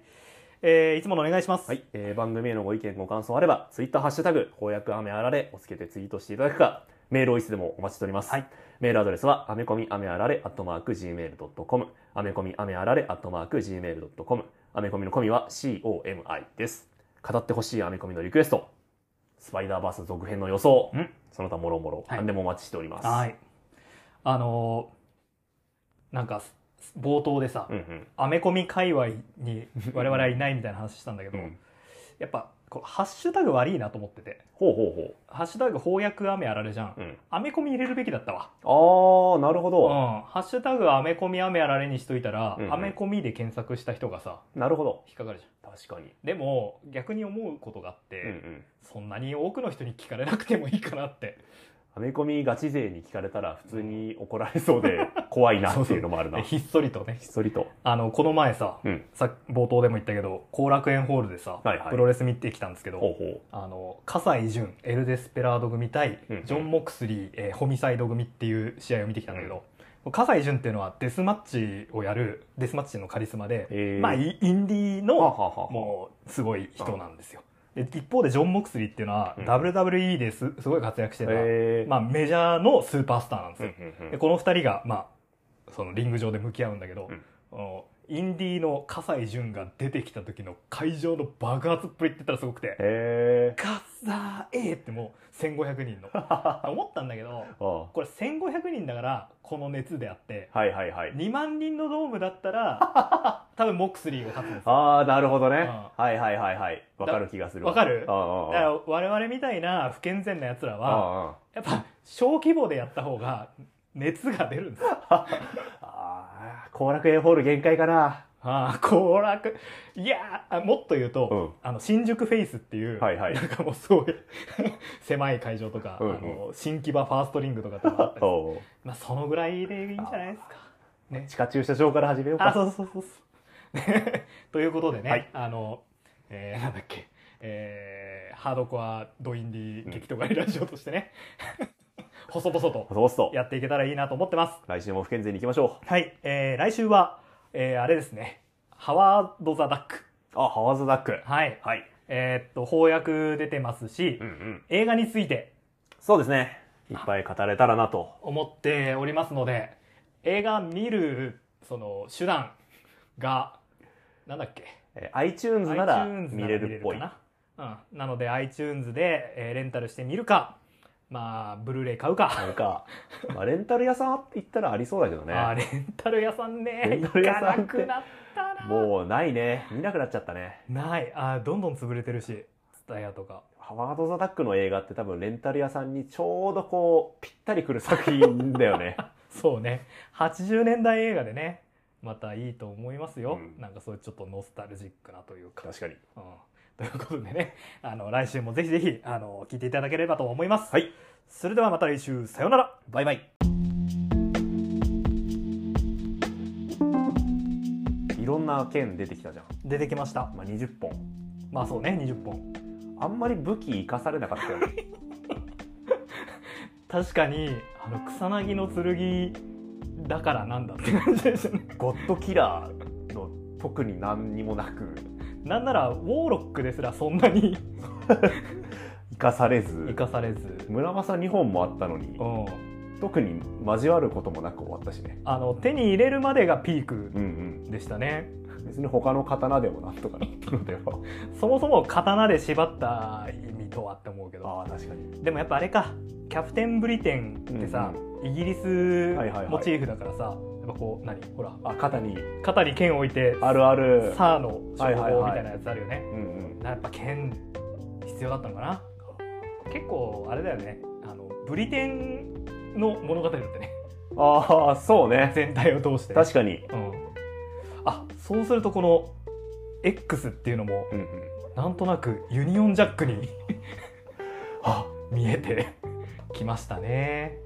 S1: えーいつものお願いします。
S2: はい、えー番組へのご意見ご感想あれば、ツイッターハッシュタグ、公約雨あられをつけてツイートしていただくか、メールをいつでもお待ちしております。
S1: はい
S2: メールアドレスは、アメコミアメあられ、アットマーク、gmail.com、アメコミアメあられ、アットマーク、gmail.com、アメコミのコミは comi です。語ってほしいアメコミのリクエスト、スパイダーバース続編の予想
S1: うん、
S2: その他もろもろ、
S1: はい
S2: 何でもお待ちしております。
S1: はい。あのーなんか、冒頭でさ、
S2: うんうん。
S1: アメコミ界隈に我々はいないみたいな話したんだけど、
S2: うん
S1: やっぱこうハッシュタグ悪いなと思ってて
S2: ほうほう
S1: 「ハッシュタグ翻訳雨あられ」じゃん、
S2: ほう。うん。
S1: アメコミ入れるべきだったわ、
S2: あー、なるほ
S1: うん、
S2: ど。
S1: ハッシュタグアメコミ雨あられにしといたら、
S2: うんうん
S1: アメコミで検索した人がさ
S2: なるほど。
S1: 引っかかるじゃん
S2: 確かに。
S1: でも逆に思うことがあって、
S2: うんうん。
S1: そんなに多くの人に聞かれなくてもいいかなって
S2: アメコミガチ勢に聞かれたら普通に怒られそ
S1: (laughs)
S2: うで怖いなっていうのもあるな。
S1: で
S2: ひ
S1: ひっそりとね
S2: っそりと。
S1: あのこの前さ、
S2: うん
S1: さ冒頭でも言ったけど後楽園ホールでさ、
S2: はいはい
S1: プロレス見てきたんですけど、
S2: ほうほ
S1: あの葛西潤エル・デスペラード組対
S2: うんうん
S1: ジョン・モクスリー、えーホミサイド組っていう試合を見てきたんだけど、葛西潤っていうのはデスマッチをやるデスマッチのカリスマで、
S2: えー
S1: まあ、イインディー
S2: う。はあ
S1: の
S2: はあはあ
S1: もうすごい人なんですよ。で一方でジョン・モクスリーっていうのは、
S2: うん
S1: WWE ですすごい活躍してた、
S2: えー
S1: まあ、メジャーのスーパースターなんです
S2: う
S1: よ。
S2: んうんうん
S1: でこの2人が、まあ、そのリング上で向き合うんだけど、
S2: うん
S1: あのインディーの葛西潤が出てきた時の会場の爆発っぷりって言ったらすごくて。
S2: えー。
S1: カッサーえーってもう1500人の
S2: (laughs)
S1: 思ったんだけど
S2: ああ
S1: これ1500人だからこの熱であって
S2: はいはいはい。
S1: 2万人のドームだったら多分モックスリーが勝つんですよ
S2: ああ、なるほどね。
S1: あ
S2: はいはいはいはい。わかる気がする。
S1: わかる
S2: ああ
S1: だ
S2: あ
S1: か
S2: ああ
S1: ら我々みたいな不健全なやつら
S2: あ
S1: は
S2: ああ
S1: やっぱ小規模でやった方が熱が出るんですよ
S2: ああ、後楽園ホール限界かな。
S1: ああ行楽いやーあもっと言うと、
S2: うん
S1: あの新宿フェイスっていう、
S2: はいはい
S1: なんかもうすごい (laughs) 狭い会場とか、
S2: うんうん
S1: あの新木場ファーストリングとかってのがあったりする
S2: おう
S1: まあそのぐらいでいいんじゃないですか。ね。
S2: 地下駐車場から始めようか。
S1: あ、そうそうそうそう。ね (laughs) ということでね、
S2: はい
S1: あの、えー、なんだっけ、えー、ハードコアドインディー激闘狩りラジオとしてね、 (laughs) 細々と
S2: そうすと。
S1: やっていけたらいいなと思ってます。
S2: 来週も不健全に行きましょう。
S1: はい、えー、来週は、えー、あれですね、ハワード・ザ・ダック。
S2: あ、ハワーズダック。
S1: はい。
S2: はい。
S1: えーっと、翻訳出てますし、
S2: うんうん。
S1: 映画について
S2: そうですね。いっぱい語れたらなと。
S1: 思っておりますので映画見るその手段がなんだっけ
S2: えー iTunes なら
S1: iTunes
S2: 見れるっぽい。
S1: なな、うん、なので iTunes で、えーレンタルして見るかまあブルーレイ買うか、
S2: なんか、まあ、レンタル屋さんあって言ったらありそうだけど
S1: あー
S2: ね。
S1: レンタル屋さんね
S2: レンタル屋さん
S1: 行
S2: って
S1: かなくなったな
S2: もうないね。見なくなっちゃったね。
S1: ないあーどんどん潰れてるしツタヤとか
S2: ハワード・ザ・ダックの映画って多分レンタル屋さんにちょうどこう、ぴったりくる作品だよ (laughs) ね。
S1: そうね80年代映画でねまたいいと思いますよ、
S2: うん
S1: なんかそういうちょっとノスタルジックなというか
S2: 確かに。
S1: うんということでね、あの、来週もぜひぜひ、あの、聞いていただければと思います。
S2: はい。
S1: それではまた来週、さようなら。
S2: バイバイ。いろんな剣出てきたじゃん。
S1: 出てきました。
S2: まあ、20本。
S1: まあそうね、20本。
S2: あんまり武器生かされなかったよね。
S1: 確かに、あの、草薙の剣だからなんだって (laughs) 感じでしたね。
S2: ゴッドキラーの特に何にもなく、
S1: なんなら、ウォーロックですらそんなに
S2: 生かされ
S1: 生
S2: ず、
S1: かされず。
S2: 村正2本もあったのに
S1: う、ん。
S2: 特に交わることもなく終わったしね。
S1: あの、手に入れるまでがピーク
S2: うん
S1: でしたね。
S2: うん。別に他の刀でもなんとかなったのでは。
S1: そもそも刀で縛った意味とはって思うけど。
S2: ああ、確かに。
S1: でもやっぱあれかキャプテンブリテンってさ、イギリス
S2: はいはいはい
S1: モチーフだからさ、やっぱこう何ほら
S2: あ、肩に
S1: 肩に剣を置いて
S2: あるある。
S1: サーの
S2: はい
S1: 称
S2: はい
S1: 号
S2: はい
S1: みたいなやつあるよね、
S2: うんうん。
S1: なやっぱ剣必要だったのかな結構あれだよねあのブリテンの物語だってね (laughs)
S2: ああ、そうね。
S1: 全体を通して、
S2: 確かに。
S1: うん、あそうするとこの X っていうのも
S2: うんうん。
S1: なんとなくユニオンジャックに (laughs)
S2: あ
S1: 見えてきましたね。